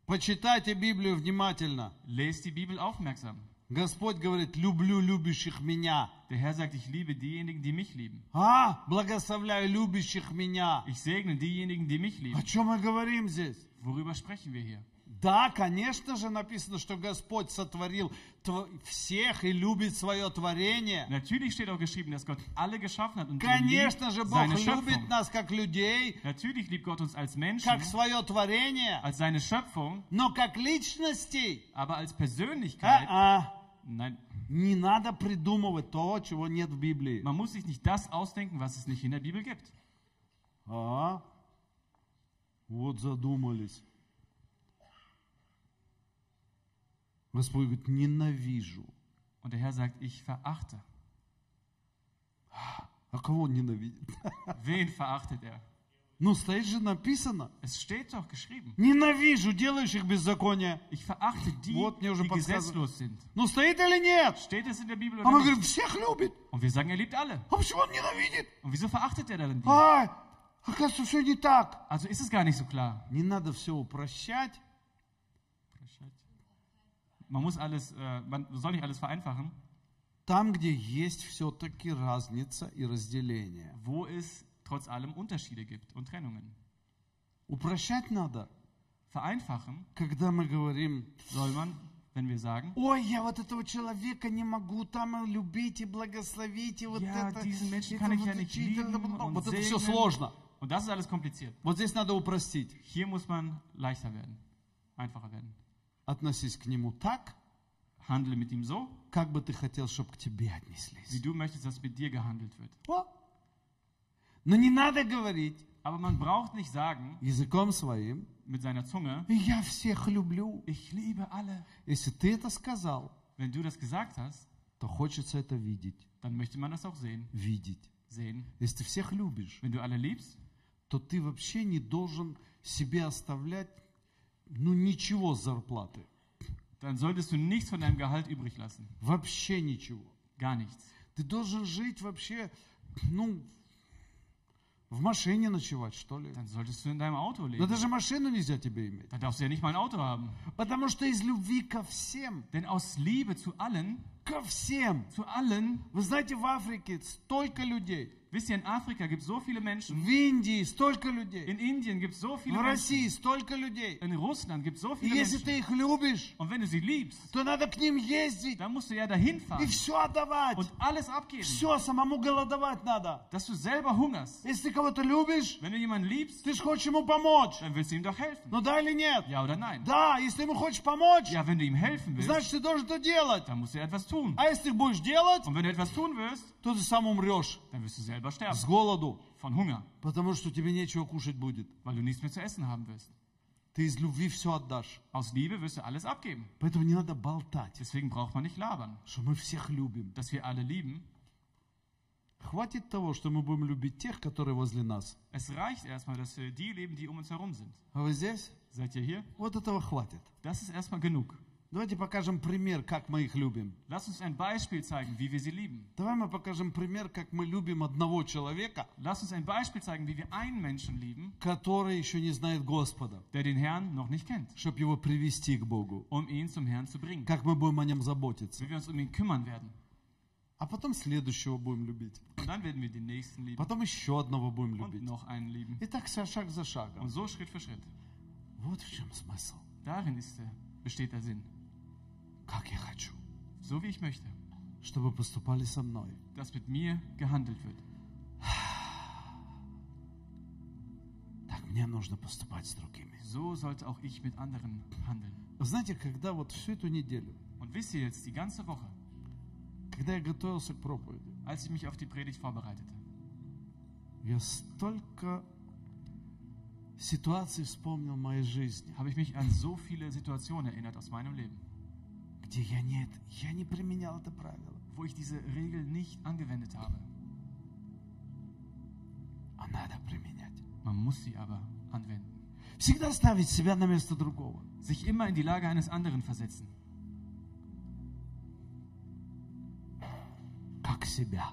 A: Почитайте Библию внимательно.
B: lest die Bibel aufmerksam.
A: Господь говорит, люблю любящих меня.
B: Der Herr sagt, ich liebe diejenigen, die mich lieben.
A: А, благословляю любящих меня.
B: Ich segne diejenigen, die mich
A: О
B: lieben.
A: чем мы говорим здесь?
B: Worüber sprechen wir hier?
A: Да, конечно же написано, что Господь сотворил тв- всех и любит свое творение.
B: Natürlich steht auch geschrieben, dass Gott alle geschaffen hat und er liebt
A: Конечно же, Бог
B: seine
A: любит
B: Schöpfung.
A: нас как людей,
B: Natürlich liebt Gott uns als Menschen,
A: как свое творение,
B: als seine Schöpfung,
A: но как личностей.
B: aber als
A: Э,
B: Persönlichkeit.
A: А-а.
B: Nein,
A: а, Не надо придумывать то, чего нет в Библии.
B: man muss sich nicht das ausdenken, was es nicht in der Bibel gibt.
A: А? Вот задумались. Господь говорит, ненавижу.
B: Und der Herr sagt, ich verachte.
A: А кого он ненавидит?
B: Wen verachtet er?
A: Ну, стоит же написано.
B: Es steht doch geschrieben.
A: Ненавижу делающих беззаконие.
B: Ich verachte die,
A: Wort mir schon
B: die
A: подсказывает.
B: gesetzlos sind.
A: Ну, стоит или нет?
B: Steht es in der Bibel
A: А мы
B: oder
A: говорим,
B: nicht?
A: всех любит.
B: Und wir sagen, er liebt alle.
A: А почему он ненавидит?
B: Und wieso verachtet er dann die?
A: А, оказывается, все не так.
B: Also ist es gar nicht so klar.
A: Не надо все упрощать.
B: Man muss alles, äh, man soll nicht alles vereinfachen.
A: Там, где есть все-таки разница и разделение.
B: wo es trotz allem Unterschiede gibt und Trennungen.
A: Упрощать надо,
B: Vereinfachen
A: когда мы говорим,
B: soll man, wenn wir sagen,
A: Ой, я вот этого человека не могу там любить и благословить, и вот
B: Ja,
A: это...
B: diesen Menschen
A: это
B: kann ich
A: вот
B: ja nicht
A: учить,
B: lieben
A: это вот-
B: und
A: Вот это все
B: segnen.
A: сложно.
B: und das ist alles kompliziert.
A: Вот здесь надо упростить.
B: Hier muss man leichter werden, einfacher werden.
A: Относись к нему так,
B: Handle mit ihm so,
A: как бы ты хотел, чтобы к тебе
B: wie
A: отнеслись.
B: du möchtest, dass mit dir gehandelt wird.
A: О! Но не надо говорить
B: Aber man braucht nicht sagen
A: языком своим,
B: mit seiner Zunge,
A: я всех люблю.
B: ich liebe alle.
A: Если ты это сказал,
B: Wenn du das gesagt hast,
A: то хочется это видеть.
B: dann möchte man das auch sehen.
A: Видеть.
B: Sehen.
A: Если ты всех любишь,
B: Wenn du alle liebst,
A: то ты вообще не должен себе оставлять ну ничего с зарплаты.
B: dann solltest du nichts von deinem Gehalt übrig lassen.
A: Вообще ничего.
B: Gar nichts.
A: Ты должен жить вообще, ну, в машине ночевать, что ли.
B: Dann solltest du in deinem Auto
A: Но
B: leben.
A: даже машину нельзя тебе иметь.
B: Dann darfst du ja nicht mal ein Auto haben.
A: Потому что из любви ко всем,
B: Denn aus Liebe zu allen,
A: ко всем.
B: zu allen,
A: Вы знаете, в Африке столько людей,
B: wisst ihr, in Afrika gibt es so viele Menschen,
A: в Индии столько людей,
B: in Indien gibt es so viele
A: в
B: Menschen,
A: России столько людей.
B: in Russland gibt es so
A: И
B: viele
A: если
B: Menschen.
A: ты их любишь,
B: Und wenn du sie liebst,
A: то надо к ним ездить
B: dann musst du ja dahin
A: и
B: fahren
A: все отдавать.
B: und alles abgeben,
A: Все, самому голодовать надо.
B: dass du selber hungerst.
A: Если ты кого-то любишь,
B: Wenn du jemanden liebst,
A: ты же хочешь ему помочь.
B: dann willst du ihm doch helfen.
A: Ну да или нет?
B: Ja oder nein?
A: Да, если ему хочешь помочь,
B: Ja, wenn du ihm helfen willst,
A: значит, ты должен это делать.
B: dann musst du etwas tun.
A: А если будешь делать,
B: Und wenn du etwas tun wirst,
A: то ты сам умрешь
B: dann wirst du selber sterben.
A: с голоду,
B: Von Hunger,
A: потому что тебе нечего кушать будет.
B: weil du nichts mehr zu essen haben wirst.
A: Ты из любви все отдашь.
B: Aus Liebe wirst du alles abgeben.
A: Поэтому не надо болтать,
B: Deswegen braucht man nicht labern,
A: что мы всех любим.
B: dass wir alle lieben.
A: Хватит того, что мы будем любить тех, которые возле нас.
B: Es reicht erstmal, dass wir die leben, die um uns herum sind.
A: А вы здесь?
B: Seid ihr hier?
A: Вот этого хватит.
B: Das ist erstmal genug.
A: Давайте покажем пример, как мы их любим.
B: Lass uns ein Beispiel zeigen, wie wir sie lieben.
A: Давай мы покажем пример, как мы любим одного человека,
B: Lass uns ein Beispiel zeigen, wie wir einen Menschen lieben,
A: который еще не знает Господа,
B: der den Herrn noch nicht kennt,
A: чтобы его привести к Богу.
B: um ihn zum Herrn zu bringen.
A: Как мы будем о нем заботиться.
B: Wie wir uns um ihn kümmern werden.
A: А потом следующего будем любить.
B: Und dann werden wir den nächsten lieben
A: Потом еще одного будем
B: und
A: любить.
B: noch einen lieben.
A: И так вся шаг за
B: Und
A: шагом.
B: so Schritt für Schritt.
A: Вот в чем смысл.
B: Darin ist der, besteht der Sinn.
A: Как я хочу,
B: So wie ich möchte,
A: чтобы поступали со мной.
B: dass mit mir gehandelt wird.
A: Так мне нужно поступать с другими.
B: So sollte auch ich mit anderen handeln.
A: Вы Знаете, когда вот всю эту неделю,
B: Und wisst ihr jetzt, die ganze Woche,
A: когда я готовился к проповеди,
B: als ich mich auf die Predigt vorbereitete,
A: я столько ситуаций вспомнил в моей жизни,
B: habe ich mich an so viele Situationen erinnert aus meinem Leben,
A: где я нет, я не применял это правило.
B: wo ich diese Regel nicht angewendet habe.
A: А надо применять.
B: Man muss sie aber anwenden.
A: Всегда ставить себя на место другого.
B: Sich immer in die Lage eines anderen versetzen.
A: Как себя.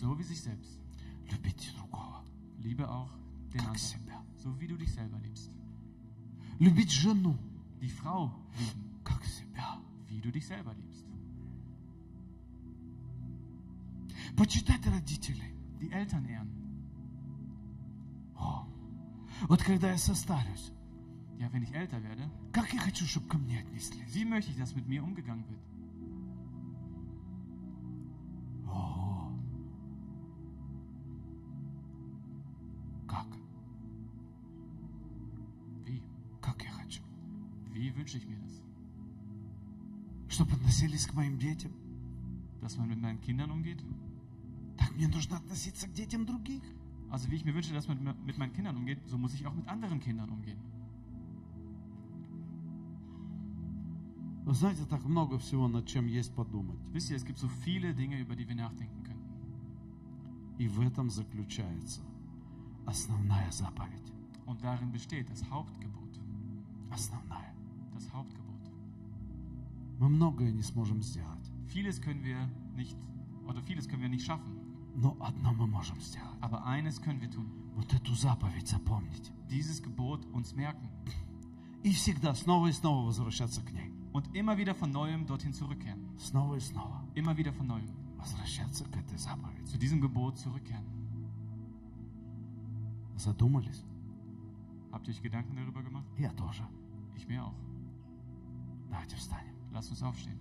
B: So wie sich selbst.
A: Любить другого.
B: Liebe auch den
A: Как
B: anderen.
A: себя.
B: So wie du dich selber liebst.
A: Любить жену.
B: Die Frau lieben,
A: Как себя.
B: wie du dich selber liebst.
A: Почитать родителей.
B: Die Eltern ehren.
A: О, вот когда я состарюсь,
B: Ja, wenn ich älter werde,
A: как я хочу, чтобы ко мне отнеслись.
B: wie möchte ich, dass mit mir umgegangen wird?
A: О, как?
B: Wie?
A: Как я хочу.
B: Wie wünsche ich mir das?
A: Чтобы относились к моим детям.
B: Dass man mit meinen Kindern umgeht?
A: Так мне нужно относиться к детям других.
B: Also wie ich mir wünsche, dass man mit- mit meinen Kindern umgeht, so muss ich auch mit anderen Kindern umgehen.
A: Вы знаете, так много всего, над чем есть подумать.
B: Wisst ihr, es gibt so viele Dinge, über die wir nachdenken können.
A: И в этом заключается основная заповедь.
B: Und darin besteht das Hauptgebot.
A: Основная.
B: Das Hauptgebot.
A: Мы многое не сможем сделать,
B: Vieles können wir nicht, oder vieles können wir nicht schaffen.
A: но одно мы можем сделать.
B: Aber eines können wir tun.
A: Вот эту заповедь запомнить.
B: Dieses Gebot uns merken.
A: И всегда снова и снова возвращаться к ней.
B: Und immer wieder von Neuem dorthin zurückkehren.
A: Снова и снова
B: Immer wieder von Neuem.
A: возвращаться к этой заповеди.
B: Zu diesem Gebot zurückkehren.
A: Задумались?
B: Habt ihr euch Gedanken darüber gemacht?
A: Я тоже.
B: Ich mir auch.
A: Давайте встанем.
B: Lasst uns aufstehen.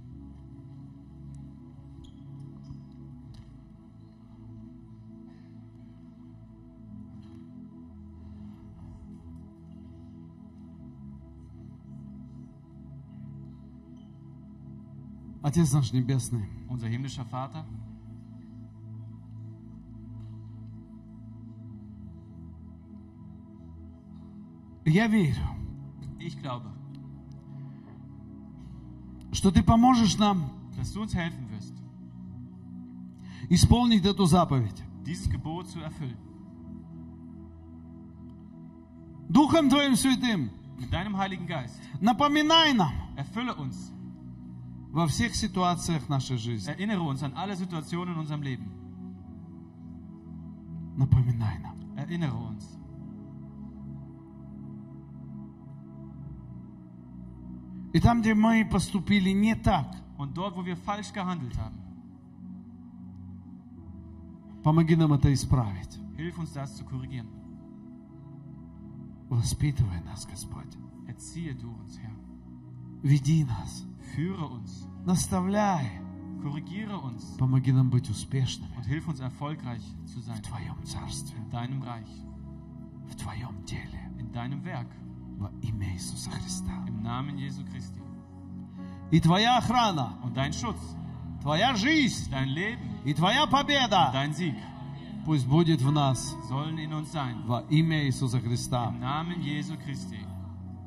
A: Отец наш Небесный,
B: Unser himmlischer Vater,
A: я верю,
B: ich glaube,
A: что Ты поможешь нам
B: dass du uns helfen wirst,
A: исполнить эту заповедь.
B: dieses Gebot zu erfüllen.
A: Духом Твоим Святым
B: Mit deinem Heiligen Geist.
A: напоминай нам
B: Erfülle uns.
A: во всех ситуациях нашей жизни.
B: Erinnere uns an alle Situationen in unserem Leben.
A: Напоминай нам.
B: Erinnere uns.
A: И там, где мы поступили не так,
B: Und dort, wo wir falsch gehandelt haben,
A: помоги нам это исправить.
B: hilf uns das zu korrigieren.
A: Воспитывай нас, Господь.
B: Erziehe du uns, Herr.
A: Веди нас.
B: Führe uns.
A: Наставляй.
B: Korrigiere uns.
A: Помоги нам быть успешными
B: Und hilf uns erfolgreich zu sein.
A: в Твоем Царстве,
B: In deinem Reich.
A: в Твоем деле.
B: In deinem Werk.
A: Во имя Иисуса Христа.
B: Im Namen Jesu Christi.
A: И Твоя охрана,
B: Und dein Schutz.
A: Твоя жизнь
B: Dein Leben.
A: и Твоя победа
B: Dein Sieg.
A: пусть будет в нас
B: Sollen in uns sein.
A: во имя Иисуса Христа.
B: Im Namen Jesu Christi.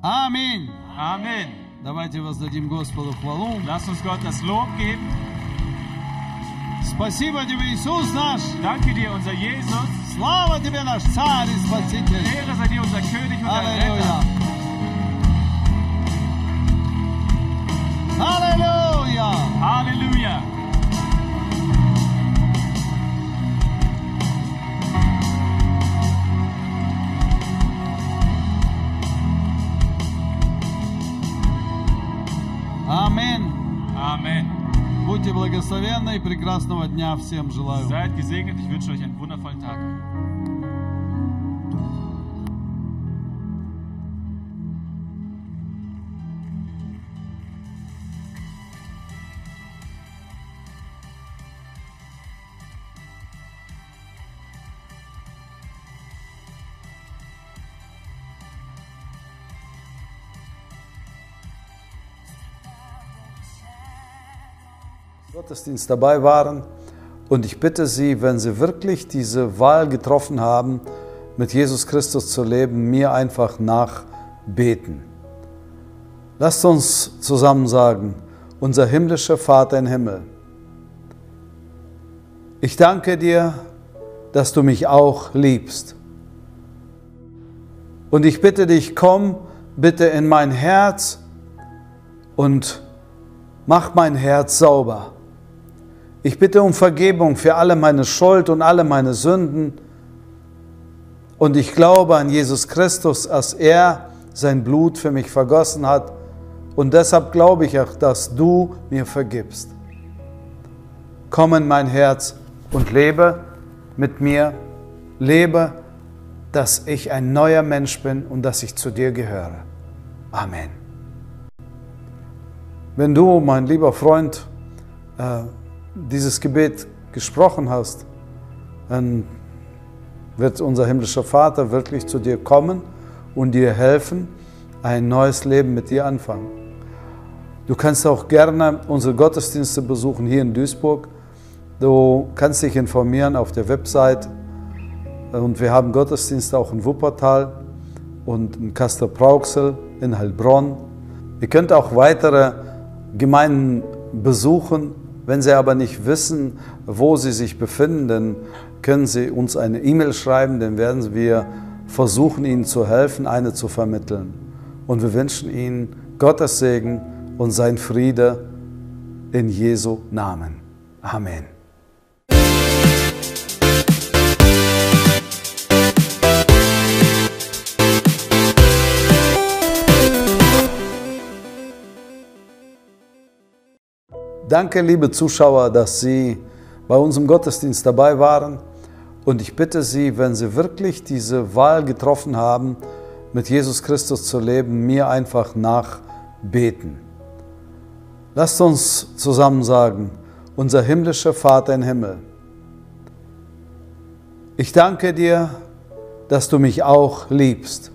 A: Аминь.
B: Amen.
A: Давайте воздадим Господу хвалу.
B: Lass uns Gott das Lob geben.
A: Спасибо тебе, Иисус наш.
B: Danke dir, unser Jesus.
A: Слава тебе, наш Царь и Спаситель.
B: Ehre sei dir, unser König und dein Retter.
A: Halleluja. Hallelujah!
B: Halleluja!
A: Аминь.
B: Amen.
A: Будьте благословенны и прекрасного дня всем желаю.
B: Seid gesegnet. Ich wünsche euch einen wundervollen Tag.
C: Gottesdienst dabei waren. Und ich bitte Sie, wenn Sie wirklich diese Wahl getroffen haben, mit Jesus Christus zu leben, mir einfach nachbeten. Lasst uns zusammen sagen, unser himmlischer Vater im Himmel, ich danke dir, dass du mich auch liebst. Und ich bitte dich, komm bitte in mein Herz und mach mein Herz sauber. Ich bitte um Vergebung für alle meine Schuld und alle meine Sünden. Und ich glaube an Jesus Christus, dass er sein Blut für mich vergossen hat. Und deshalb glaube ich auch, dass du mir vergibst. Komm in mein Herz und lebe mit mir. Lebe, dass ich ein neuer Mensch bin und dass ich zu dir gehöre. Amen. Wenn du, mein lieber Freund, äh, dieses Gebet gesprochen hast, dann wird unser himmlischer Vater wirklich zu dir kommen und dir helfen, ein neues Leben mit dir anfangen. Du kannst auch gerne unsere Gottesdienste besuchen hier in Duisburg. Du kannst dich informieren auf der Website. Und wir haben Gottesdienste auch in Wuppertal und in Kastor-Brauxel, in Heilbronn. Ihr könnt auch weitere Gemeinden besuchen wenn Sie aber nicht wissen, wo Sie sich befinden, dann können Sie uns eine E-Mail schreiben, dann werden wir versuchen, Ihnen zu helfen, eine zu vermitteln. Und wir wünschen Ihnen Gottes Segen und sein Friede in Jesu Namen. Amen. Danke, liebe Zuschauer, dass Sie bei unserem Gottesdienst dabei waren. Und ich bitte Sie, wenn Sie wirklich diese Wahl getroffen haben, mit Jesus Christus zu leben, mir einfach nachbeten. Lasst uns zusammen sagen, unser himmlischer Vater im Himmel, ich danke dir, dass du mich auch liebst.